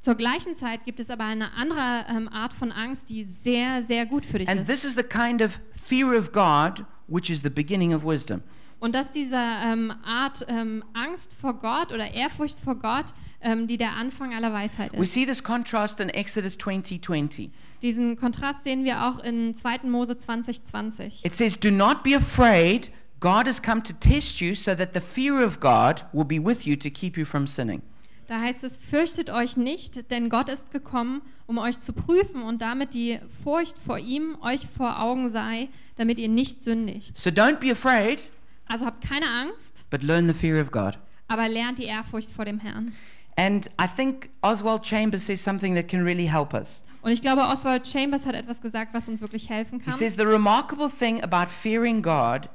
[SPEAKER 2] Zur gleichen Zeit gibt es aber eine andere ähm, Art von Angst, die sehr, sehr gut für dich
[SPEAKER 1] And
[SPEAKER 2] ist.
[SPEAKER 1] this is the kind of fear of God which is the beginning of wisdom.
[SPEAKER 2] Und dass diese ähm, Art ähm, Angst vor Gott oder Ehrfurcht vor Gott, ähm, die der Anfang aller Weisheit
[SPEAKER 1] We
[SPEAKER 2] ist.
[SPEAKER 1] see this contrast in Exodus 20 20.
[SPEAKER 2] Diesen Kontrast sehen wir auch in 2. Mose 2020.
[SPEAKER 1] It says, Do not be afraid. God has come to test you so that the fear of God will be with you to keep you from sinning.
[SPEAKER 2] Da heißt es, fürchtet euch nicht, denn Gott ist gekommen, um euch zu prüfen und damit die Furcht vor ihm euch vor Augen sei, damit ihr nicht sündigt.
[SPEAKER 1] So don't be afraid,
[SPEAKER 2] Also habt keine Angst,
[SPEAKER 1] but learn the fear of God.
[SPEAKER 2] aber lernt die Ehrfurcht vor dem Herrn.
[SPEAKER 1] And I think Oswald Chambers says something that can really help us.
[SPEAKER 2] Und ich glaube, Oswald Chambers hat etwas gesagt, was uns wirklich helfen
[SPEAKER 1] He
[SPEAKER 2] kann.
[SPEAKER 1] says, The remarkable thing about fearing God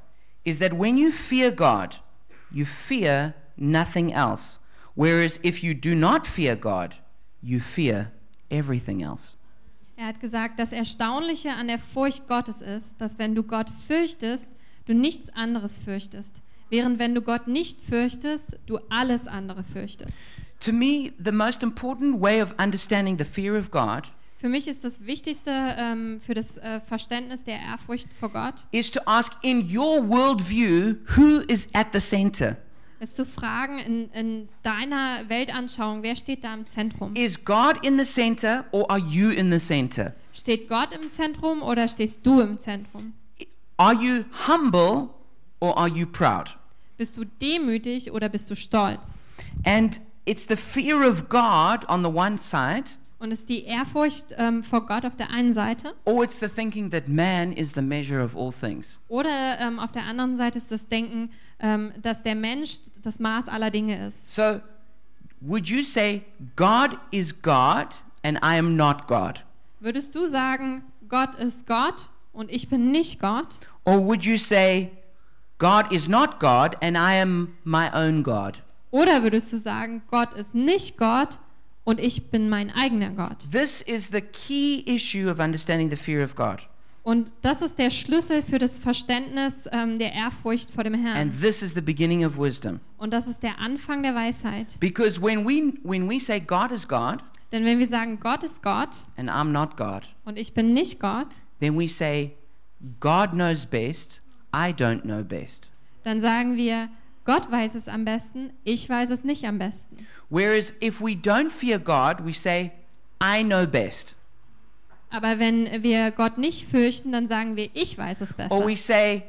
[SPEAKER 1] is that when you fear God, you fear nothing else. Whereas if you do not fear God, you fear everything else.
[SPEAKER 2] Er hat gesagt, das Erstaunliche an der Furcht Gottes ist, dass wenn du Gott fürchtest, du nichts anderes fürchtest. Während wenn du Gott nicht fürchtest, du alles andere fürchtest.
[SPEAKER 1] To me, the most important way of understanding the fear of God
[SPEAKER 2] Für mich ist das Wichtigste ähm, für das äh, Verständnis der Ehrfurcht vor Gott,
[SPEAKER 1] is to ask in your worldview who is at the center?
[SPEAKER 2] ist zu fragen in, in deiner Weltanschauung, wer steht da im Zentrum?
[SPEAKER 1] Is God in the center or are you in the center?
[SPEAKER 2] Steht Gott im Zentrum oder stehst du im Zentrum?
[SPEAKER 1] Are you humble or are you proud?
[SPEAKER 2] Bist du demütig oder bist du stolz?
[SPEAKER 1] And it's the fear of God on the one side,
[SPEAKER 2] Und ist die Ehrfurcht ähm, vor Gott auf der einen Seite
[SPEAKER 1] or it's the thinking that man is the measure of all things.
[SPEAKER 2] oder ähm, auf der anderen Seite ist das Denken, ähm, dass der Mensch das Maß aller Dinge ist.
[SPEAKER 1] So, would you say, God is God and I am not God?
[SPEAKER 2] Würdest du sagen, Gott ist Gott und ich bin nicht Gott?
[SPEAKER 1] Or would you say, God is not God and I am my own God?
[SPEAKER 2] Oder würdest du sagen, Gott ist nicht Gott und ich bin mein eigener Gott?
[SPEAKER 1] This is the key issue of understanding the fear of God.
[SPEAKER 2] Und das ist der Schlüssel für das Verständnis ähm, der Ehrfurcht vor dem
[SPEAKER 1] And
[SPEAKER 2] Herrn.
[SPEAKER 1] this is the beginning of wisdom.
[SPEAKER 2] Und das ist der Anfang der Weisheit.
[SPEAKER 1] Because when we, when we say God is God
[SPEAKER 2] Denn wenn wir sagen, Gott ist Gott
[SPEAKER 1] and I'm not God,
[SPEAKER 2] und ich bin nicht Gott,
[SPEAKER 1] then we say, God knows best, I don't know best.
[SPEAKER 2] dann sagen wir, Gott weiß es am besten, ich weiß es nicht am besten.
[SPEAKER 1] Whereas if we don't fear God, we say, I know best.
[SPEAKER 2] Aber wenn wir Gott nicht fürchten, dann sagen wir, ich weiß es besser.
[SPEAKER 1] Or Oh, we say,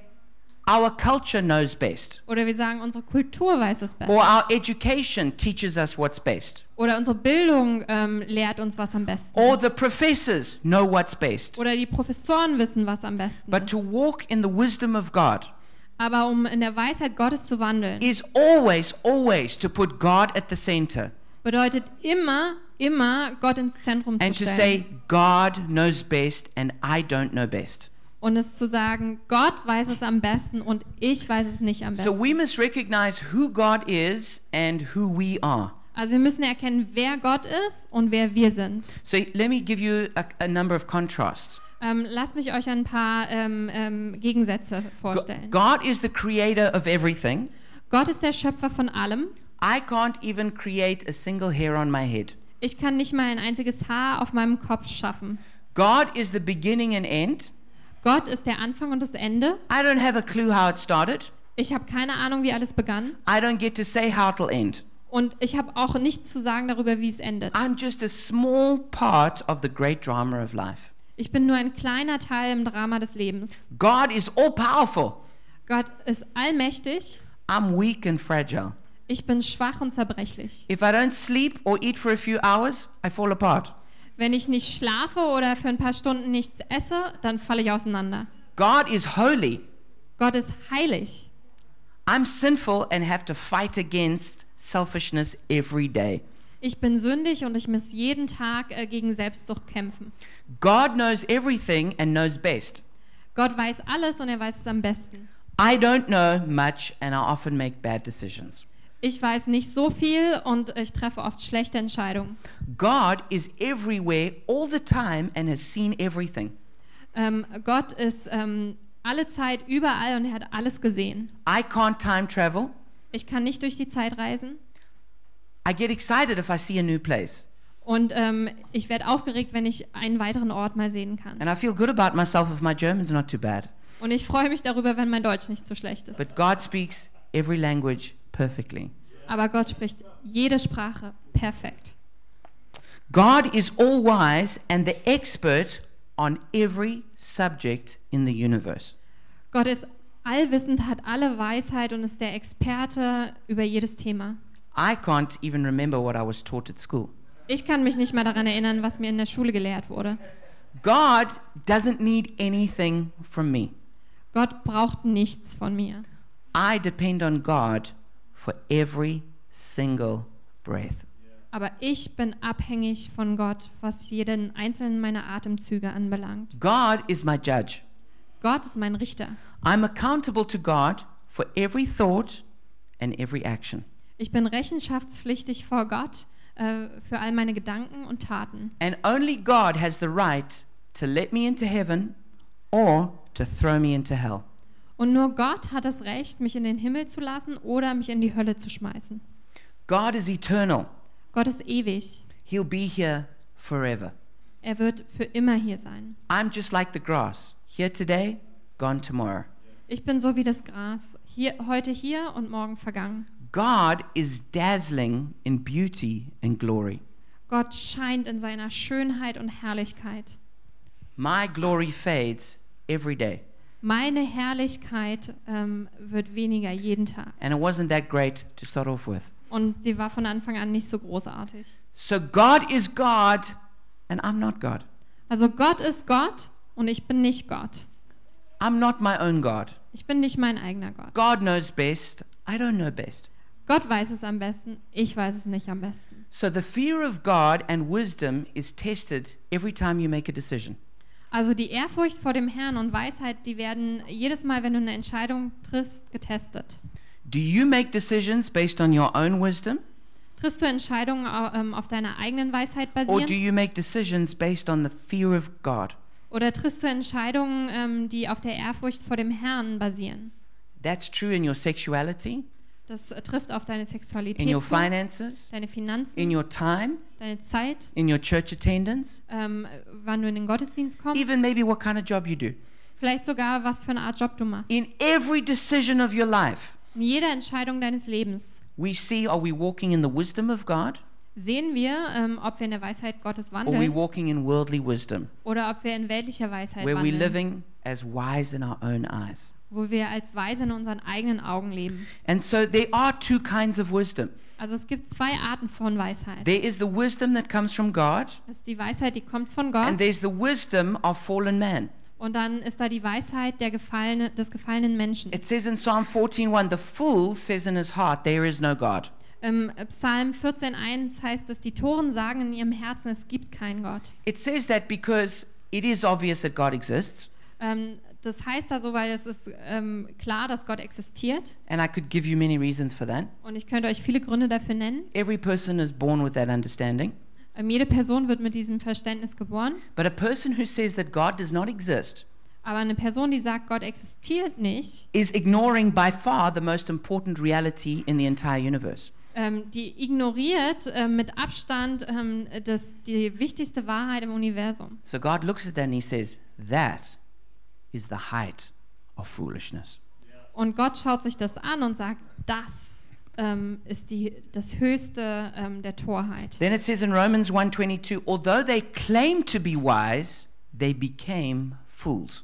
[SPEAKER 1] our culture knows best.
[SPEAKER 2] Oder wir sagen, unsere Kultur weiß es
[SPEAKER 1] Or
[SPEAKER 2] besser.
[SPEAKER 1] our education teaches us what's best.
[SPEAKER 2] Oder unsere Bildung ähm, lehrt uns, was am besten
[SPEAKER 1] Or
[SPEAKER 2] ist.
[SPEAKER 1] the professors know what's best.
[SPEAKER 2] Oder die Professoren wissen, was am besten
[SPEAKER 1] But
[SPEAKER 2] ist.
[SPEAKER 1] to walk in the wisdom of God
[SPEAKER 2] Aber um in der Weisheit Gottes zu wandeln,
[SPEAKER 1] is always, always to put God at the center
[SPEAKER 2] bedeutet immer, immer Gott ins Zentrum
[SPEAKER 1] and
[SPEAKER 2] zu
[SPEAKER 1] to
[SPEAKER 2] stellen.
[SPEAKER 1] say, God knows best and I don't know best.
[SPEAKER 2] Und es zu sagen, Gott weiß es am besten und ich weiß es nicht am
[SPEAKER 1] So
[SPEAKER 2] besten.
[SPEAKER 1] we must recognize who God is and who we are.
[SPEAKER 2] Also wir müssen erkennen, wer Gott ist und wer wir sind.
[SPEAKER 1] So let me give you a, a number of contrasts.
[SPEAKER 2] Ähm, lasst mich euch ein paar ähm, ähm, Gegensätze
[SPEAKER 1] Go-
[SPEAKER 2] vorstellen.
[SPEAKER 1] God is the creator of everything.
[SPEAKER 2] Gott ist der Schöpfer von allem.
[SPEAKER 1] I can't even create a single hair on my head.
[SPEAKER 2] Ich kann nicht mal ein einziges Haar auf meinem Kopf schaffen.
[SPEAKER 1] God is the beginning and end.
[SPEAKER 2] Gott ist der Anfang und das Ende.
[SPEAKER 1] I don't have a clue how it started.
[SPEAKER 2] Ich habe keine Ahnung, wie alles begann.
[SPEAKER 1] I don't get to say how it'll end.
[SPEAKER 2] Und ich habe auch nichts zu sagen darüber, wie es endet.
[SPEAKER 1] I'm just a small part of the great drama of life.
[SPEAKER 2] Ich bin nur ein kleiner Teil im Drama des Lebens.
[SPEAKER 1] God is all powerful.
[SPEAKER 2] Gott ist allmächtig.
[SPEAKER 1] I'm weak and fragile.
[SPEAKER 2] Ich bin schwach und zerbrechlich.
[SPEAKER 1] If I don't sleep or eat for a few hours, I fall apart.
[SPEAKER 2] Wenn ich nicht schlafe oder für ein paar Stunden nichts esse, dann falle ich auseinander.
[SPEAKER 1] God is holy.
[SPEAKER 2] Gott ist heilig.
[SPEAKER 1] I'm sinful and have to fight against selfishness every day.
[SPEAKER 2] Ich bin sündig und ich muss jeden Tag äh, gegen Selbstsucht kämpfen.
[SPEAKER 1] God knows everything and knows best.
[SPEAKER 2] Gott weiß alles und er weiß es am besten.
[SPEAKER 1] I don't know much and I often make bad decisions.
[SPEAKER 2] Ich weiß nicht so viel und ich treffe oft schlechte Entscheidungen.
[SPEAKER 1] God is everywhere all the time and has seen everything.
[SPEAKER 2] Ähm, Gott ist ähm, alle Zeit überall und er hat alles gesehen.
[SPEAKER 1] I can't time travel.
[SPEAKER 2] Ich kann nicht durch die Zeit reisen
[SPEAKER 1] I get excited if I see a new place.
[SPEAKER 2] und ähm, ich werde aufgeregt, wenn ich einen weiteren Ort mal sehen kann.
[SPEAKER 1] And I feel good about myself if my German's not too bad.
[SPEAKER 2] Und ich freue mich darüber, wenn mein Deutsch nicht so schlecht ist.
[SPEAKER 1] But God speaks every language perfectly.
[SPEAKER 2] Aber Gott spricht jede Sprache perfekt.
[SPEAKER 1] God is all wise and the expert on every subject in the universe.
[SPEAKER 2] Gott ist allwissend, hat alle Weisheit und ist der Experte über jedes Thema.
[SPEAKER 1] I can't even remember what I was taught at school.
[SPEAKER 2] Ich kann mich nicht mal daran erinnern, was mir in der Schule gelehrt wurde.
[SPEAKER 1] God doesn't need anything from me.
[SPEAKER 2] Gott braucht nichts von mir.
[SPEAKER 1] I depend on God for every single breath.
[SPEAKER 2] Aber ich bin abhängig von Gott, was jeden einzelnen meiner Atemzüge anbelangt.
[SPEAKER 1] God is my judge.
[SPEAKER 2] Gott ist mein Richter.
[SPEAKER 1] I'm accountable to God for every thought and every action.
[SPEAKER 2] Ich bin rechenschaftspflichtig vor Gott äh, für all meine Gedanken und Taten.
[SPEAKER 1] And only God has the right to let me into heaven or to throw me into hell.
[SPEAKER 2] Und nur Gott hat das Recht, mich in den Himmel zu lassen oder mich in die Hölle zu schmeißen.
[SPEAKER 1] God is eternal.
[SPEAKER 2] Gott ist ewig.
[SPEAKER 1] He'll be here forever.
[SPEAKER 2] Er wird für immer hier sein.
[SPEAKER 1] I'm just like the grass, here today, gone tomorrow.
[SPEAKER 2] Ich bin so wie das Gras, hier, heute hier und morgen vergangen.
[SPEAKER 1] God is dazzling in beauty and glory.
[SPEAKER 2] Gott scheint in seiner Schönheit und Herrlichkeit.
[SPEAKER 1] My glory fades every day.
[SPEAKER 2] Meine Herrlichkeit ähm, wird weniger jeden Tag.
[SPEAKER 1] And it wasn't that great to start off with.
[SPEAKER 2] Und sie war von Anfang an nicht so großartig.
[SPEAKER 1] So God is God, and I'm not God.
[SPEAKER 2] Also Gott ist Gott und ich bin nicht Gott.
[SPEAKER 1] I'm not my own God.
[SPEAKER 2] Ich bin nicht mein eigener Gott.
[SPEAKER 1] God knows best. I don't know best.
[SPEAKER 2] Gott weiß es am besten, ich weiß es nicht am besten.
[SPEAKER 1] So the fear of God and wisdom is tested every time you make a decision.
[SPEAKER 2] Also die Ehrfurcht vor dem Herrn und Weisheit, die werden jedes Mal, wenn du eine Entscheidung triffst, getestet.
[SPEAKER 1] Do you make decisions based on your own wisdom,
[SPEAKER 2] Triffst du Entscheidungen au- ähm, auf deiner eigenen Weisheit
[SPEAKER 1] or do
[SPEAKER 2] basieren
[SPEAKER 1] you make decisions based on the fear of God?
[SPEAKER 2] oder triffst du Entscheidungen, ähm, die auf der Ehrfurcht vor dem Herrn basieren?
[SPEAKER 1] That's true in your sexuality,
[SPEAKER 2] Das äh, trifft auf deine
[SPEAKER 1] in your
[SPEAKER 2] Sexualität, zu,
[SPEAKER 1] finances,
[SPEAKER 2] deine
[SPEAKER 1] in
[SPEAKER 2] Finanzen,
[SPEAKER 1] your time,
[SPEAKER 2] deine Zeit,
[SPEAKER 1] in your church attendance,
[SPEAKER 2] ähm, wann du in den Gottesdienst kommst,
[SPEAKER 1] even maybe what kind of job you do.
[SPEAKER 2] vielleicht sogar, was für eine Art Job du machst.
[SPEAKER 1] In every decision of your life,
[SPEAKER 2] In jeder Entscheidung deines Lebens
[SPEAKER 1] we see are we walking in the wisdom of God
[SPEAKER 2] sehen wir, ähm, ob wir in der Weisheit Gottes
[SPEAKER 1] or we
[SPEAKER 2] wandeln
[SPEAKER 1] walking in worldly wisdom?
[SPEAKER 2] oder ob wir in weltlicher Weisheit
[SPEAKER 1] where we're
[SPEAKER 2] wandeln,
[SPEAKER 1] living as wise in our own eyes.
[SPEAKER 2] wo wir als Weise in unseren eigenen Augen leben.
[SPEAKER 1] And so there are two kinds of wisdom.
[SPEAKER 2] Also es gibt zwei Arten von Weisheit.
[SPEAKER 1] There is the wisdom that comes from God,
[SPEAKER 2] Das ist die Weisheit, die kommt von
[SPEAKER 1] and
[SPEAKER 2] Gott
[SPEAKER 1] there's the wisdom of fallen man.
[SPEAKER 2] und dann ist da die Weisheit der gefallene, des gefallenen Menschen.
[SPEAKER 1] It says in Psalm 14:1, the fool says in his heart, there is no God.
[SPEAKER 2] Im Ähm, Psalm 14,1 heißt es, die Toren sagen in ihrem Herzen, es gibt keinen Gott.
[SPEAKER 1] It says that because it is obvious that God exists,
[SPEAKER 2] Ähm, das heißt also, weil es ist ähm, klar, dass Gott existiert
[SPEAKER 1] and I could give you many reasons for that.
[SPEAKER 2] und ich könnte euch viele Gründe dafür nennen.
[SPEAKER 1] Every person is born with that understanding.
[SPEAKER 2] Ähm, jede Person wird mit diesem Verständnis geboren,
[SPEAKER 1] But a person who says that God does not exist
[SPEAKER 2] aber eine Person, die sagt, Gott existiert nicht,
[SPEAKER 1] is ignoring by far the most important reality in the entire universe.
[SPEAKER 2] ähm, die ignoriert ähm, mit Abstand ähm, das, die wichtigste Wahrheit im Universum.
[SPEAKER 1] So God looks at that and he says, That is the height of foolishness.
[SPEAKER 2] Und Gott schaut sich das an und sagt, das ähm, ist die, das Höchste ähm, der Torheit.
[SPEAKER 1] Then it says in Romans 1:22, although they claimed to be wise, they became fools.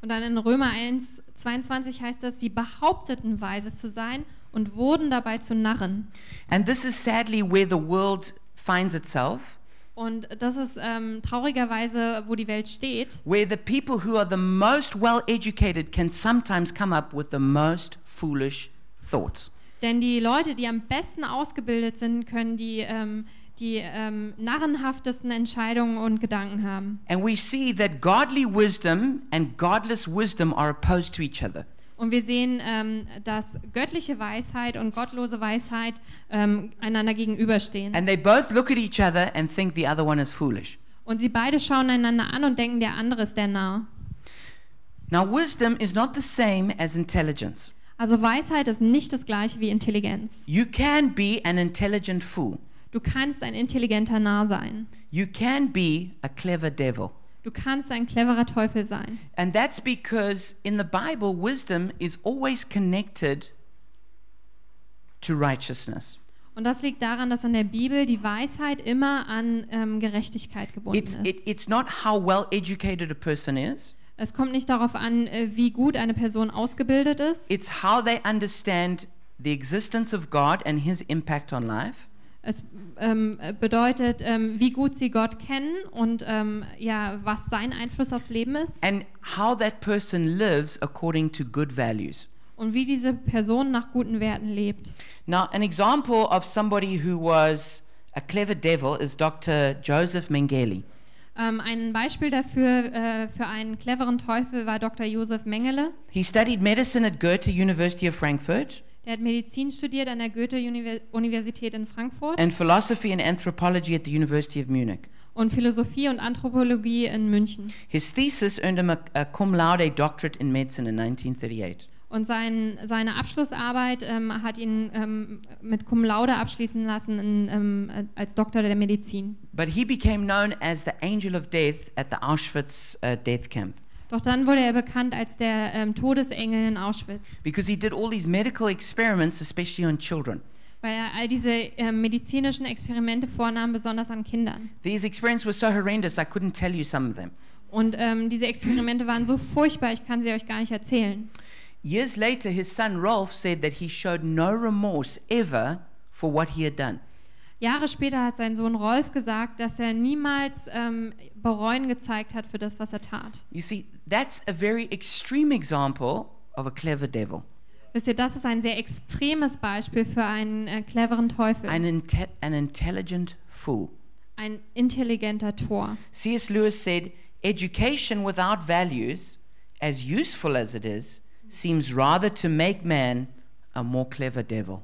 [SPEAKER 2] Und dann in Römer 1, 22 heißt das, sie behaupteten weise zu sein und wurden dabei zu Narren.
[SPEAKER 1] And this is sadly where the world finds itself
[SPEAKER 2] Und das ist ähm, traurigerweise, wo die Welt steht,
[SPEAKER 1] where the people who are the most well educated can sometimes come up with the most foolish thoughts.
[SPEAKER 2] Denn die Leute, die am besten ausgebildet sind, können die, ähm, die ähm, narrenhaftesten Entscheidungen und Gedanken haben.
[SPEAKER 1] And we see that godly wisdom and godless wisdom are opposed to each other.
[SPEAKER 2] Und wir sehen, ähm, dass göttliche Weisheit und gottlose Weisheit ähm, einander gegenüberstehen.
[SPEAKER 1] And they both look at each other and think the other one is foolish.
[SPEAKER 2] Und sie beide schauen einander an und denken, der andere ist der Narr.
[SPEAKER 1] Now, wisdom is not the same as intelligence.
[SPEAKER 2] Also Weisheit ist nicht das gleiche wie Intelligenz.
[SPEAKER 1] You can be an intelligent fool,
[SPEAKER 2] Du kannst ein intelligenter Narr sein.
[SPEAKER 1] you can be a clever devil.
[SPEAKER 2] Du kannst ein cleverer Teufel sein.
[SPEAKER 1] And that's because in the Bible, wisdom is always connected to righteousness.
[SPEAKER 2] Und das liegt daran, dass in der Bibel die Weisheit immer an ähm, Gerechtigkeit gebunden
[SPEAKER 1] It's,
[SPEAKER 2] ist.
[SPEAKER 1] it, it's not how well educated a person is,
[SPEAKER 2] es kommt nicht darauf an, äh, wie gut eine Person ausgebildet ist.
[SPEAKER 1] it's how they understand the existence of God and his impact on life,
[SPEAKER 2] Es ähm, bedeutet, ähm, wie gut sie Gott kennen und ähm, ja, was sein Einfluss aufs Leben ist
[SPEAKER 1] and how that person lives according to good values.
[SPEAKER 2] und wie diese Person nach guten Werten lebt.
[SPEAKER 1] Now, an example of somebody who was a clever devil is Dr. Joseph Mengele.
[SPEAKER 2] Ähm, ein Beispiel dafür äh, für einen cleveren Teufel war Dr. Josef Mengele.
[SPEAKER 1] He studied medicine at Goethe University of Frankfurt
[SPEAKER 2] Der hat Medizin studiert an der Goethe-Universität in Frankfurt
[SPEAKER 1] and philosophy and anthropology at the University of Munich.
[SPEAKER 2] und Philosophie und Anthropologie in München.
[SPEAKER 1] His thesis earned him a, a cum laude doctorate in medicine in 1938.
[SPEAKER 2] Und sein, seine Abschlussarbeit ähm, hat ihn ähm, mit Cum Laude abschließen lassen in, ähm, als Doktor der Medizin.
[SPEAKER 1] But he became known as the angel of death at the Auschwitz uh, death camp
[SPEAKER 2] Doch dann wurde er bekannt als der ähm, Todesengel in Auschwitz,
[SPEAKER 1] because he did all these medical experiments, especially on children.
[SPEAKER 2] weil er all diese ähm, medizinischen Experimente vornahm, besonders an Kindern.
[SPEAKER 1] These experiments were so horrendous, I couldn't tell you some of them.
[SPEAKER 2] Und ähm, diese Experimente waren so furchtbar, ich kann sie euch gar nicht erzählen.
[SPEAKER 1] Years later, his son Rolf said that he showed no remorse ever for what he had done.
[SPEAKER 2] Jahre später hat sein Sohn Rolf gesagt, dass er niemals ähm, Bereuen gezeigt hat für das, was er tat.
[SPEAKER 1] You see, that's a very extreme example of a clever devil,
[SPEAKER 2] Wisst ihr, das ist ein sehr extremes Beispiel für einen äh, cleveren Teufel,
[SPEAKER 1] an, inte- an intelligent fool.
[SPEAKER 2] ein intelligenter Tor.
[SPEAKER 1] C.S. Lewis said, Education without values, as useful as it is, seems rather to make man a more clever devil.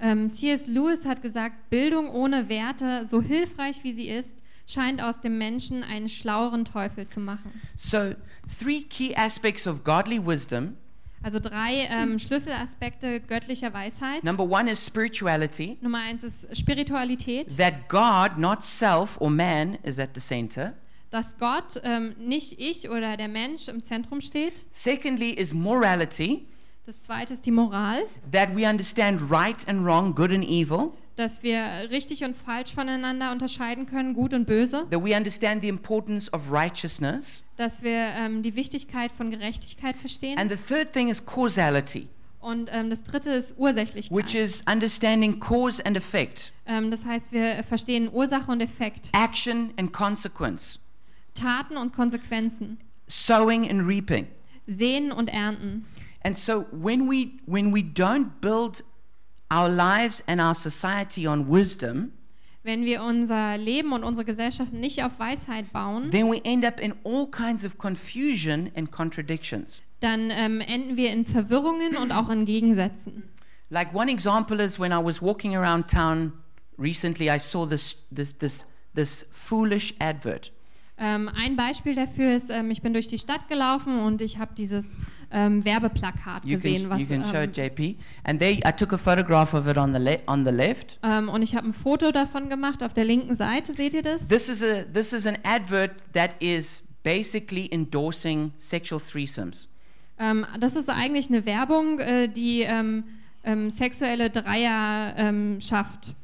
[SPEAKER 2] Ähm, C.S. Lewis hat gesagt, Bildung ohne Werte, so hilfreich wie sie ist, scheint aus dem Menschen einen schlaueren Teufel zu machen.
[SPEAKER 1] So, three key aspects of godly wisdom
[SPEAKER 2] Also drei ähm, Schlüsselaspekte göttlicher Weisheit.
[SPEAKER 1] Hm. number one is spirituality,
[SPEAKER 2] Nummer eins ist Spiritualität,
[SPEAKER 1] that God, not self or man, is at the center.
[SPEAKER 2] dass Gott, ähm, nicht ich oder der Mensch im Zentrum steht.
[SPEAKER 1] Secondly, is morality,
[SPEAKER 2] Das zweite ist die Moral,
[SPEAKER 1] that we understand right and wrong, good and evil,
[SPEAKER 2] dass wir richtig und falsch voneinander unterscheiden können, gut und böse,
[SPEAKER 1] that we understand the importance of righteousness.
[SPEAKER 2] dass wir ähm, die Wichtigkeit von Gerechtigkeit verstehen.
[SPEAKER 1] And the third thing is causality,
[SPEAKER 2] Und ähm, das dritte ist
[SPEAKER 1] which
[SPEAKER 2] Ursächlichkeit.
[SPEAKER 1] is understanding cause and effect.
[SPEAKER 2] Ähm, das heißt, wir verstehen Ursache und Effekt,
[SPEAKER 1] action and consequence,
[SPEAKER 2] Taten und Konsequenzen,
[SPEAKER 1] sowing and reaping.
[SPEAKER 2] Sehen und Ernten.
[SPEAKER 1] And so when we when we don't build our lives and our society on wisdom,
[SPEAKER 2] Wenn wir unser Leben und unsere Gesellschaft nicht auf Weisheit bauen,
[SPEAKER 1] then we end up in all kinds of confusion and contradictions.
[SPEAKER 2] dann ähm, enden wir in Verwirrungen und auch in Gegensätzen.
[SPEAKER 1] Like one example is when I was walking around town recently, I saw this this this this foolish advert.
[SPEAKER 2] Ähm, ein Beispiel dafür ist, ähm, ich bin durch die Stadt gelaufen und ich habe dieses ähm, Werbeplakat
[SPEAKER 1] You
[SPEAKER 2] gesehen,
[SPEAKER 1] can
[SPEAKER 2] was
[SPEAKER 1] you can show
[SPEAKER 2] ähm,
[SPEAKER 1] it, JP. And they I took a photograph of it on the le- on the left.
[SPEAKER 2] ähm, und ich habe ein Foto davon gemacht. Auf der linken Seite seht ihr das.
[SPEAKER 1] This is a this is an advert that is basically endorsing sexual threesomes.
[SPEAKER 2] Ähm, das ist eigentlich eine Werbung, äh, die ähm, ähm, sexuelle Dreierschaft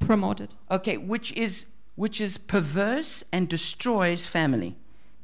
[SPEAKER 2] promotet.
[SPEAKER 1] Okay, which is which is perverse and destroys family.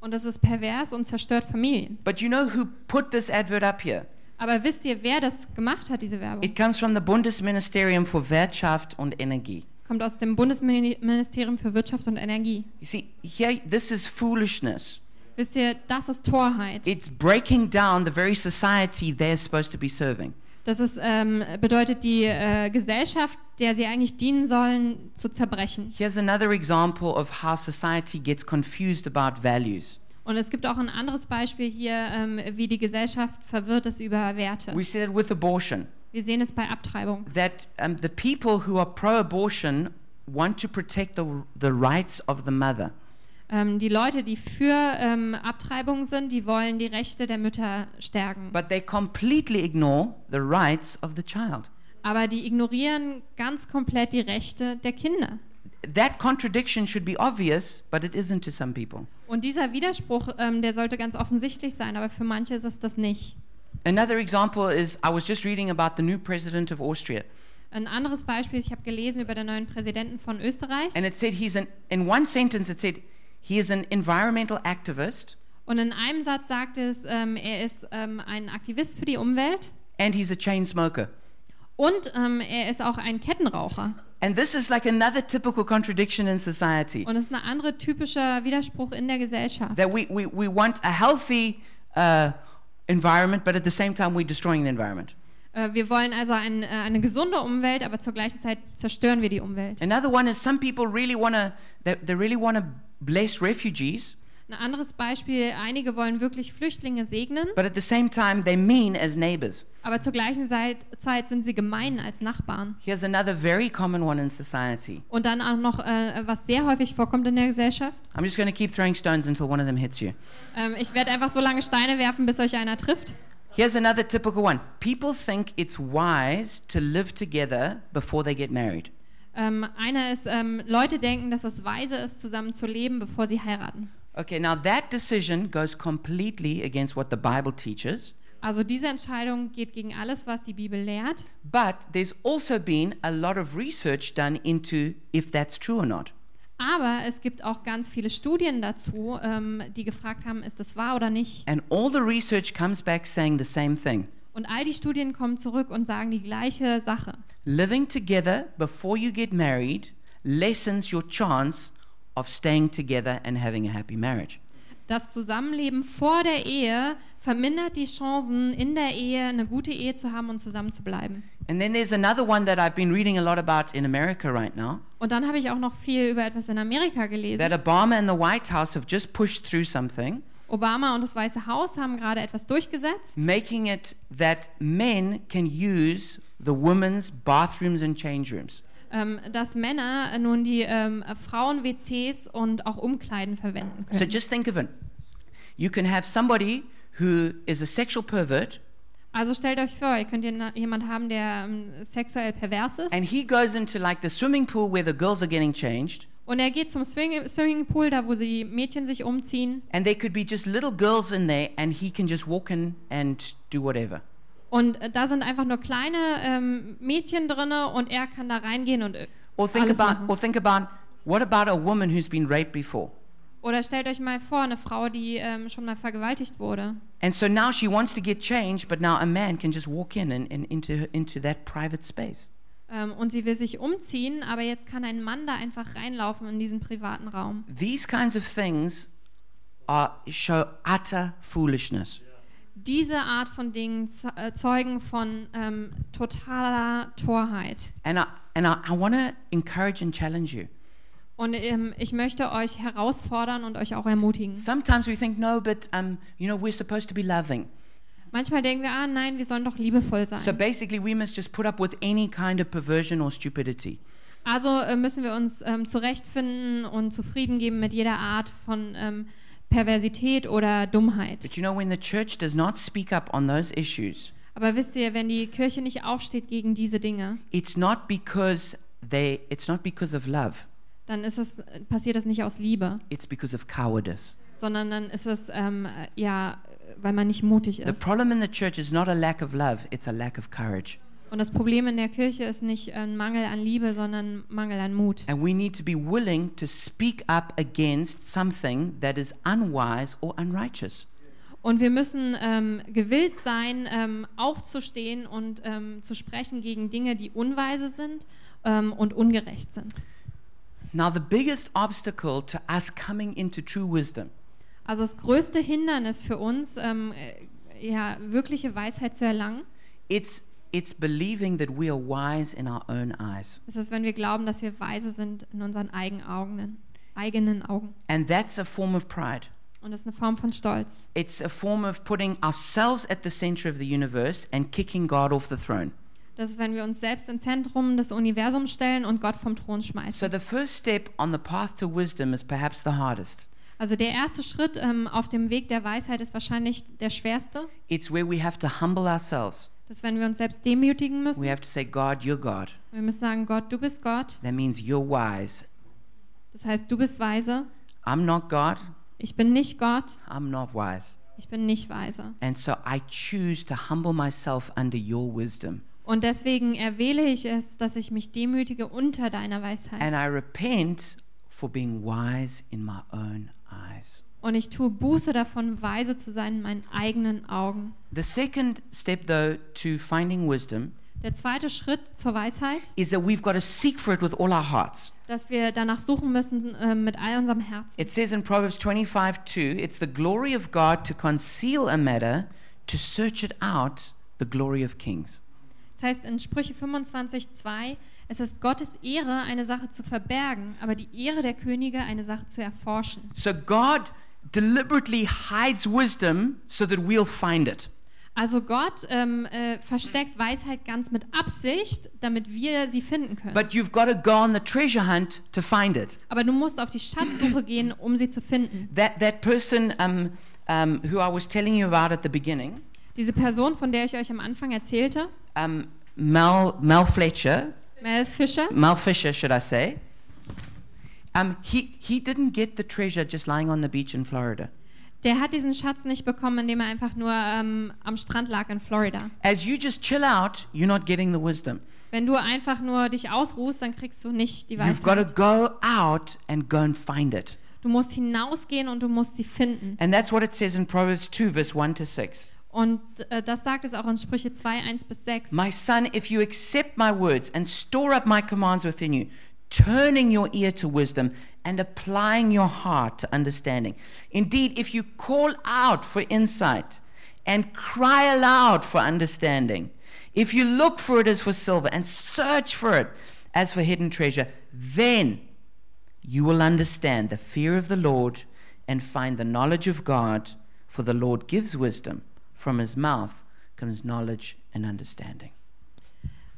[SPEAKER 2] Und das ist pervers und zerstört Familien.
[SPEAKER 1] But you know who put this advert up here?
[SPEAKER 2] Aber wisst ihr, wer das gemacht hat, diese Werbung?
[SPEAKER 1] It comes from the Bundesministerium for Wirtschaft und Energie.
[SPEAKER 2] Es kommt aus dem Bundesministerium für Wirtschaft und Energie.
[SPEAKER 1] You see, here, this is foolishness.
[SPEAKER 2] Wisst ihr, das ist Torheit.
[SPEAKER 1] It's breaking down the very society they're supposed to be serving.
[SPEAKER 2] Das ist, ähm, bedeutet, die äh, Gesellschaft, der sie eigentlich dienen sollen, zu zerbrechen.
[SPEAKER 1] Here's another example of how society gets confused about values.
[SPEAKER 2] Und es gibt auch ein anderes Beispiel hier, ähm, wie die Gesellschaft verwirrt ist über Werte.
[SPEAKER 1] We see that with abortion,
[SPEAKER 2] Wir sehen es bei Abtreibung.
[SPEAKER 1] that um, the people who are pro abortion want to protect the, the rights of the mother.
[SPEAKER 2] Ähm, die Leute, die für ähm, Abtreibung sind, die wollen die Rechte der Mütter stärken.
[SPEAKER 1] But they completely ignore the rights of the child.
[SPEAKER 2] Aber die ignorieren ganz komplett die Rechte der Kinder.
[SPEAKER 1] That contradiction should be obvious, but it isn't to some people.
[SPEAKER 2] Und dieser Widerspruch, ähm, der sollte ganz offensichtlich sein, aber für manche ist es das nicht.
[SPEAKER 1] Another example is I was just reading about the new president of Austria,
[SPEAKER 2] Ein anderes Beispiel, ich habe gelesen über den neuen Präsidenten von Österreich.
[SPEAKER 1] and it said he's an, in one sentence, it said he is an environmental activist
[SPEAKER 2] Und in einem Satz sagt es, ähm, er ist ähm, ein Aktivist für die Umwelt
[SPEAKER 1] and he's a chain smoker.
[SPEAKER 2] und ähm, er ist auch ein Kettenraucher.
[SPEAKER 1] And this is like another typical contradiction in society
[SPEAKER 2] Und es ist ein anderer typischer Widerspruch in der Gesellschaft.
[SPEAKER 1] that we, we, we want a healthy uh, environment, but at the same time, we're destroying the environment.
[SPEAKER 2] Äh, wir wollen also ein, äh, eine gesunde Umwelt, aber zur gleichen Zeit zerstören wir die Umwelt.
[SPEAKER 1] Another one is some people really want to, they, they really want to bless refugees,
[SPEAKER 2] Ein anderes Beispiel, einige wollen wirklich Flüchtlinge segnen,
[SPEAKER 1] but at the same time, they're mean as neighbors.
[SPEAKER 2] aber zur gleichen Zeit, Zeit sind sie gemein als Nachbarn.
[SPEAKER 1] Here's another very common one in society.
[SPEAKER 2] Und dann auch noch, äh, was sehr häufig vorkommt in der Gesellschaft.
[SPEAKER 1] I'm just going to keep throwing stones until one of them hits you.
[SPEAKER 2] Ähm, ich werde einfach so lange Steine werfen, bis euch einer trifft.
[SPEAKER 1] Here's another typical one. People think it's wise to live together before they get married.
[SPEAKER 2] Ähm, einer ist, ähm, Leute denken, dass es weise ist, zusammen zu leben, bevor sie heiraten.
[SPEAKER 1] Okay, now that decision goes completely against what the Bible teaches,
[SPEAKER 2] Also diese Entscheidung geht gegen alles, was die Bibel lehrt.
[SPEAKER 1] but there's also been a lot of research done into if that's true or not.
[SPEAKER 2] Aber es gibt auch ganz viele Studien dazu, ähm, die gefragt haben, ist das wahr oder nicht.
[SPEAKER 1] And all the research comes back saying the same thing.
[SPEAKER 2] Und all die Studien kommen zurück und sagen die gleiche Sache.
[SPEAKER 1] Living together before you get married lessens your chance of staying together and having a happy marriage.
[SPEAKER 2] Das Zusammenleben vor der Ehe vermindert die Chancen, in der Ehe eine gute Ehe zu haben und zusammen zu bleiben.
[SPEAKER 1] And then there's another one that I've been reading a lot about in America right now
[SPEAKER 2] Und dann habe ich auch noch viel über etwas in Amerika
[SPEAKER 1] that
[SPEAKER 2] gelesen.
[SPEAKER 1] Obama and the White House have just pushed through something,
[SPEAKER 2] Obama und das Weiße Haus haben gerade etwas durchgesetzt.
[SPEAKER 1] making it that men can use the women's bathrooms and change rooms.
[SPEAKER 2] ähm, dass Männer nun die ähm, Frauen-WCs und auch Umkleiden verwenden
[SPEAKER 1] So
[SPEAKER 2] können.
[SPEAKER 1] just think of it. You can have somebody who is a sexual pervert
[SPEAKER 2] Also stellt euch vor, ihr könnt ihr na- jemand haben, der ähm, sexuell pervers ist
[SPEAKER 1] and he goes into like the swimming pool where the girls are getting changed
[SPEAKER 2] und er geht zum Swing Swimmingpool, da wo sie Mädchen sich umziehen
[SPEAKER 1] and there could be just little girls in there and he can just walk in and do whatever.
[SPEAKER 2] und äh, da sind einfach nur kleine ähm, Mädchen drinne und er kann da reingehen und äh,
[SPEAKER 1] Or think
[SPEAKER 2] alles
[SPEAKER 1] about
[SPEAKER 2] machen.
[SPEAKER 1] or think about what about a woman who's been raped before?
[SPEAKER 2] Oder stellt euch mal vor, eine Frau, die ähm, schon mal vergewaltigt wurde.
[SPEAKER 1] And so now she wants to get changed, but now a man can just walk in and, and into, into that private space.
[SPEAKER 2] Ähm, und sie will sich umziehen, aber jetzt kann ein Mann da einfach reinlaufen in diesen privaten Raum.
[SPEAKER 1] These kinds of things are, show utter foolishness.
[SPEAKER 2] Diese Art von Dingen z- äh, zeugen von ähm, totaler Torheit.
[SPEAKER 1] And I, and I, I want to encourage and challenge you.
[SPEAKER 2] Und ähm, ich möchte euch herausfordern und euch auch ermutigen.
[SPEAKER 1] Sometimes we think, no, but um, you know, we're supposed to be loving.
[SPEAKER 2] Manchmal denken wir, ah nein, wir sollen doch liebevoll
[SPEAKER 1] So
[SPEAKER 2] sein.
[SPEAKER 1] basically, we must just put up with any kind of perversion or stupidity.
[SPEAKER 2] Also äh, müssen wir uns ähm, zurechtfinden und zufrieden geben mit jeder Art von ähm, Perversität oder Dummheit.
[SPEAKER 1] But you know, when the church does not speak up on those issues,
[SPEAKER 2] Aber wisst ihr, wenn die Kirche nicht aufsteht gegen diese Dinge,
[SPEAKER 1] it's not because they, it's not because of love.
[SPEAKER 2] dann ist es, äh, passiert das nicht aus Liebe,
[SPEAKER 1] It's because of cowardice.
[SPEAKER 2] sondern dann ist es, ähm, äh, ja, weil man nicht mutig
[SPEAKER 1] The
[SPEAKER 2] ist.
[SPEAKER 1] problem in the church is not a lack of love, it's a lack of courage.
[SPEAKER 2] Und das Problem in der Kirche ist nicht äh, ein Mangel an Liebe, sondern Mangel an Mut.
[SPEAKER 1] And we need to be willing to speak up against something that is unwise or unrighteous.
[SPEAKER 2] Und wir müssen ähm, gewillt sein, ähm, aufzustehen und ähm, zu sprechen gegen Dinge, die unweise sind ähm, und ungerecht sind.
[SPEAKER 1] Now, the biggest obstacle to us coming into true wisdom
[SPEAKER 2] Also das größte Hindernis für uns, ähm, äh, ja, wirkliche Weisheit zu erlangen,
[SPEAKER 1] it's it's believing that we are wise in our own eyes.
[SPEAKER 2] ist es, wenn wir glauben, dass wir weise sind in unseren eigenen Augen. Eigenen Augen.
[SPEAKER 1] And that's a form of pride.
[SPEAKER 2] Und das ist eine Form von Stolz.
[SPEAKER 1] It's a form of putting ourselves at the center of the universe and kicking God off the throne.
[SPEAKER 2] Das ist, wenn wir uns selbst ins Zentrum des Universums stellen und Gott vom Thron schmeißen.
[SPEAKER 1] So the first step on the path to wisdom is perhaps the hardest.
[SPEAKER 2] Also der erste Schritt ähm, auf dem Weg der Weisheit ist wahrscheinlich der schwerste.
[SPEAKER 1] It's where we have to humble ourselves.
[SPEAKER 2] Das ist, wenn wir uns selbst demütigen müssen.
[SPEAKER 1] We have to say, God, you're God.
[SPEAKER 2] Wir müssen sagen, Gott, du bist Gott.
[SPEAKER 1] That means you're wise.
[SPEAKER 2] Das heißt, du bist weise.
[SPEAKER 1] I'm not God.
[SPEAKER 2] Ich bin nicht Gott.
[SPEAKER 1] I'm not wise.
[SPEAKER 2] Ich bin nicht weise.
[SPEAKER 1] And so I choose to humble myself under your wisdom.
[SPEAKER 2] Und deswegen erwähle ich es, dass ich mich demütige unter deiner
[SPEAKER 1] And
[SPEAKER 2] Weisheit.
[SPEAKER 1] I repent for being wise in my own eyes.
[SPEAKER 2] Und ich tue Buße davon, weise zu sein in meinen eigenen Augen.
[SPEAKER 1] The second step, though, to finding wisdom
[SPEAKER 2] Der zweite Schritt zur Weisheit,
[SPEAKER 1] is that we've got to seek for it with all our hearts.
[SPEAKER 2] dass wir danach suchen müssen äh, mit all unserem Herzen.
[SPEAKER 1] It says in Proverbs 25 2, it's the glory of God to conceal a matter, to search it out, the glory of kings.
[SPEAKER 2] Das heißt in Sprüche 25,2, es ist Gottes Ehre, eine Sache zu verbergen, aber die Ehre der Könige, eine Sache zu erforschen.
[SPEAKER 1] So God deliberately hides wisdom so that we'll find it.
[SPEAKER 2] Also Gott ähm, äh, versteckt Weisheit ganz mit Absicht, damit wir sie finden können.
[SPEAKER 1] But you've got to go on the treasure hunt to find it.
[SPEAKER 2] aber du musst auf die Schatzsuche gehen, um sie zu finden.
[SPEAKER 1] That, that person um, um, who I was telling you about at the beginning,
[SPEAKER 2] Diese Person, von der ich euch am Anfang erzählte,
[SPEAKER 1] um, Mel, Mel Fletcher,
[SPEAKER 2] Mel Fischer,
[SPEAKER 1] Mel Fisher, should I say, um, he, he didn't get the treasure just lying on the beach in Florida.
[SPEAKER 2] der hat diesen Schatz nicht bekommen, indem er einfach nur ähm, am Strand lag in Florida.
[SPEAKER 1] As you just chill out, you're not getting the wisdom.
[SPEAKER 2] Wenn du einfach nur dich ausruhst, dann kriegst du nicht die
[SPEAKER 1] You've got to
[SPEAKER 2] Weisheit.
[SPEAKER 1] go out and go and find it.
[SPEAKER 2] Du musst hinausgehen und du musst sie finden.
[SPEAKER 1] And that's what it says in Proverbs 2, verse 1 to 6.
[SPEAKER 2] Und äh, das sagt es auch in Sprüche 2, 1 bis 6.
[SPEAKER 1] My son, if you accept my words and store up my commands within you, turning your ear to wisdom and applying your heart to understanding. Indeed, if you call out for insight and cry aloud for understanding, if you look for it as for silver and search for it as for hidden treasure, then you will understand the fear of the Lord and find the knowledge of God, for the Lord gives wisdom. From his mouth comes knowledge and understanding.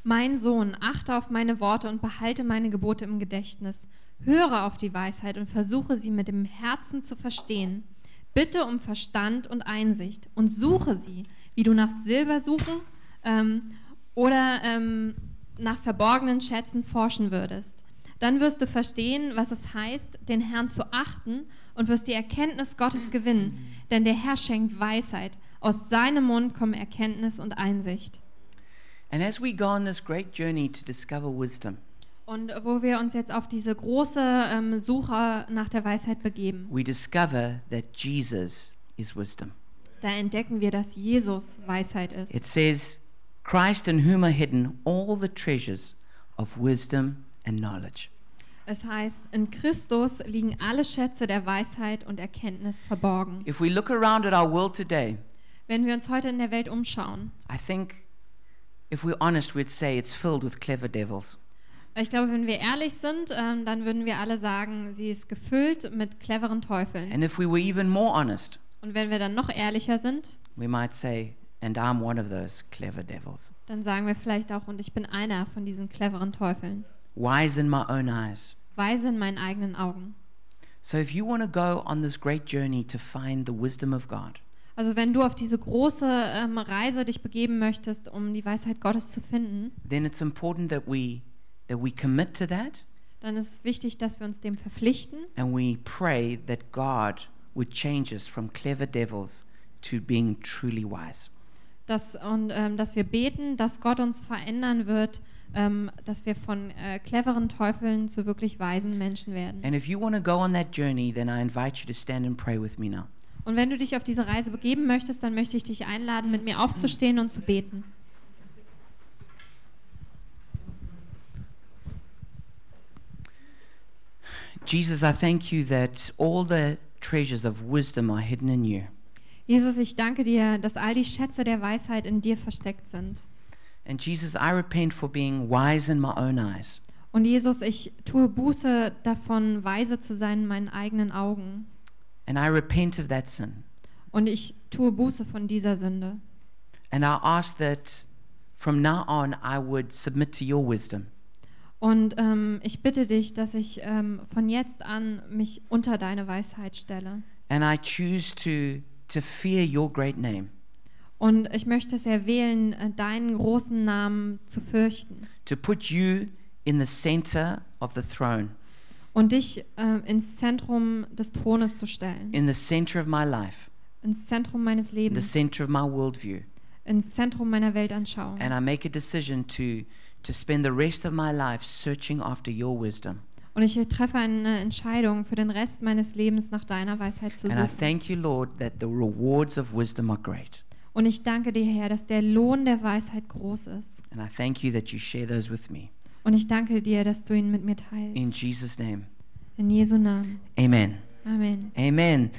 [SPEAKER 2] Mein Sohn, achte auf meine Worte und behalte meine Gebote im Gedächtnis. Höre auf die Weisheit und versuche sie mit dem Herzen zu verstehen. Bitte um Verstand und Einsicht und suche sie, wie du nach Silber suchen ähm, oder ähm, nach verborgenen Schätzen forschen würdest. Dann wirst du verstehen, was es heißt, den Herrn zu achten und wirst die Erkenntnis Gottes gewinnen, denn der Herr schenkt Weisheit. Aus seinem Mund kommen Erkenntnis und Einsicht.
[SPEAKER 1] And as we go on this great journey to discover wisdom,
[SPEAKER 2] Und wo wir uns jetzt auf diese große ähm, Suche nach der Weisheit begeben,
[SPEAKER 1] we discover that Jesus is wisdom.
[SPEAKER 2] da entdecken wir, dass Jesus Weisheit ist.
[SPEAKER 1] It says, Christ in whom are hidden all the treasures of wisdom and knowledge.
[SPEAKER 2] Es heißt, in Christus liegen alle Schätze der Weisheit und Erkenntnis verborgen.
[SPEAKER 1] If we look around at our world today,
[SPEAKER 2] Wenn wir uns heute in der Welt umschauen,
[SPEAKER 1] I think if we're honest, we'd say it's filled with clever devils.
[SPEAKER 2] ich glaube, wenn wir ehrlich sind, ähm, dann würden wir alle sagen, sie ist gefüllt mit cleveren Teufeln.
[SPEAKER 1] And if we were even more honest,
[SPEAKER 2] Und wenn wir dann noch ehrlicher sind,
[SPEAKER 1] we might say, and I'm one of those clever devils,
[SPEAKER 2] dann sagen wir vielleicht auch, und ich bin einer von diesen cleveren Teufeln,
[SPEAKER 1] wise in my own eyes.
[SPEAKER 2] weise in meinen eigenen Augen.
[SPEAKER 1] So if you want to go on this great journey to find the wisdom of God,
[SPEAKER 2] Also wenn du auf diese große ähm, Reise dich begeben möchtest, um die Weisheit Gottes zu finden,
[SPEAKER 1] then it's important that we that we commit to that
[SPEAKER 2] dann ist es wichtig, dass wir uns dem verpflichten
[SPEAKER 1] and we pray that God would change us from clever devils to being truly wise.
[SPEAKER 2] dass, und ähm, dass wir beten, dass Gott uns verändern wird, ähm, dass wir von äh, cleveren Teufeln zu wirklich weisen Menschen werden.
[SPEAKER 1] And if you want to go on that journey, then I invite you to stand and pray with me now.
[SPEAKER 2] Und wenn du dich auf diese Reise begeben möchtest, dann möchte ich dich einladen, mit mir aufzustehen und zu beten.
[SPEAKER 1] Jesus, I thank you that all the treasures of wisdom are hidden in you.
[SPEAKER 2] Jesus, ich danke dir, dass all die Schätze der Weisheit in dir versteckt sind.
[SPEAKER 1] And Jesus, I repent for being wise in my own eyes.
[SPEAKER 2] Und Jesus, ich tue Buße davon, weise zu sein in meinen eigenen Augen.
[SPEAKER 1] And I repent of that sin.
[SPEAKER 2] Und ich tue Buße von dieser Sünde.
[SPEAKER 1] And I ask that from now on I would submit to your wisdom.
[SPEAKER 2] Und ähm, ich bitte dich, dass ich ähm, von jetzt an mich unter deine Weisheit stelle.
[SPEAKER 1] And I choose to, to fear your great name,
[SPEAKER 2] Und ich möchte es erwählen, äh, deinen großen Namen zu fürchten
[SPEAKER 1] to put you in the center of the throne,
[SPEAKER 2] und dich äh, ins Zentrum des Thrones zu stellen,
[SPEAKER 1] in the center of my life,
[SPEAKER 2] ins Zentrum meines
[SPEAKER 1] in the
[SPEAKER 2] Lebens,
[SPEAKER 1] center of my worldview.
[SPEAKER 2] ins Zentrum meiner Weltanschauung.
[SPEAKER 1] And I make a decision to, to spend the rest of my life searching after your wisdom.
[SPEAKER 2] Und ich treffe eine Entscheidung, für den Rest meines Lebens nach deiner Weisheit zu
[SPEAKER 1] And I
[SPEAKER 2] suchen.
[SPEAKER 1] thank you, Lord, that the rewards of wisdom are great.
[SPEAKER 2] Und ich danke dir, Herr, dass der Lohn der Weisheit groß ist.
[SPEAKER 1] And I thank you that you share those with me.
[SPEAKER 2] Und ich danke dir, dass du ihn mit mir
[SPEAKER 1] In
[SPEAKER 2] teilst.
[SPEAKER 1] Jesus' name,
[SPEAKER 2] In Jesu Namen.
[SPEAKER 1] amen.
[SPEAKER 2] Amen.
[SPEAKER 1] Amen.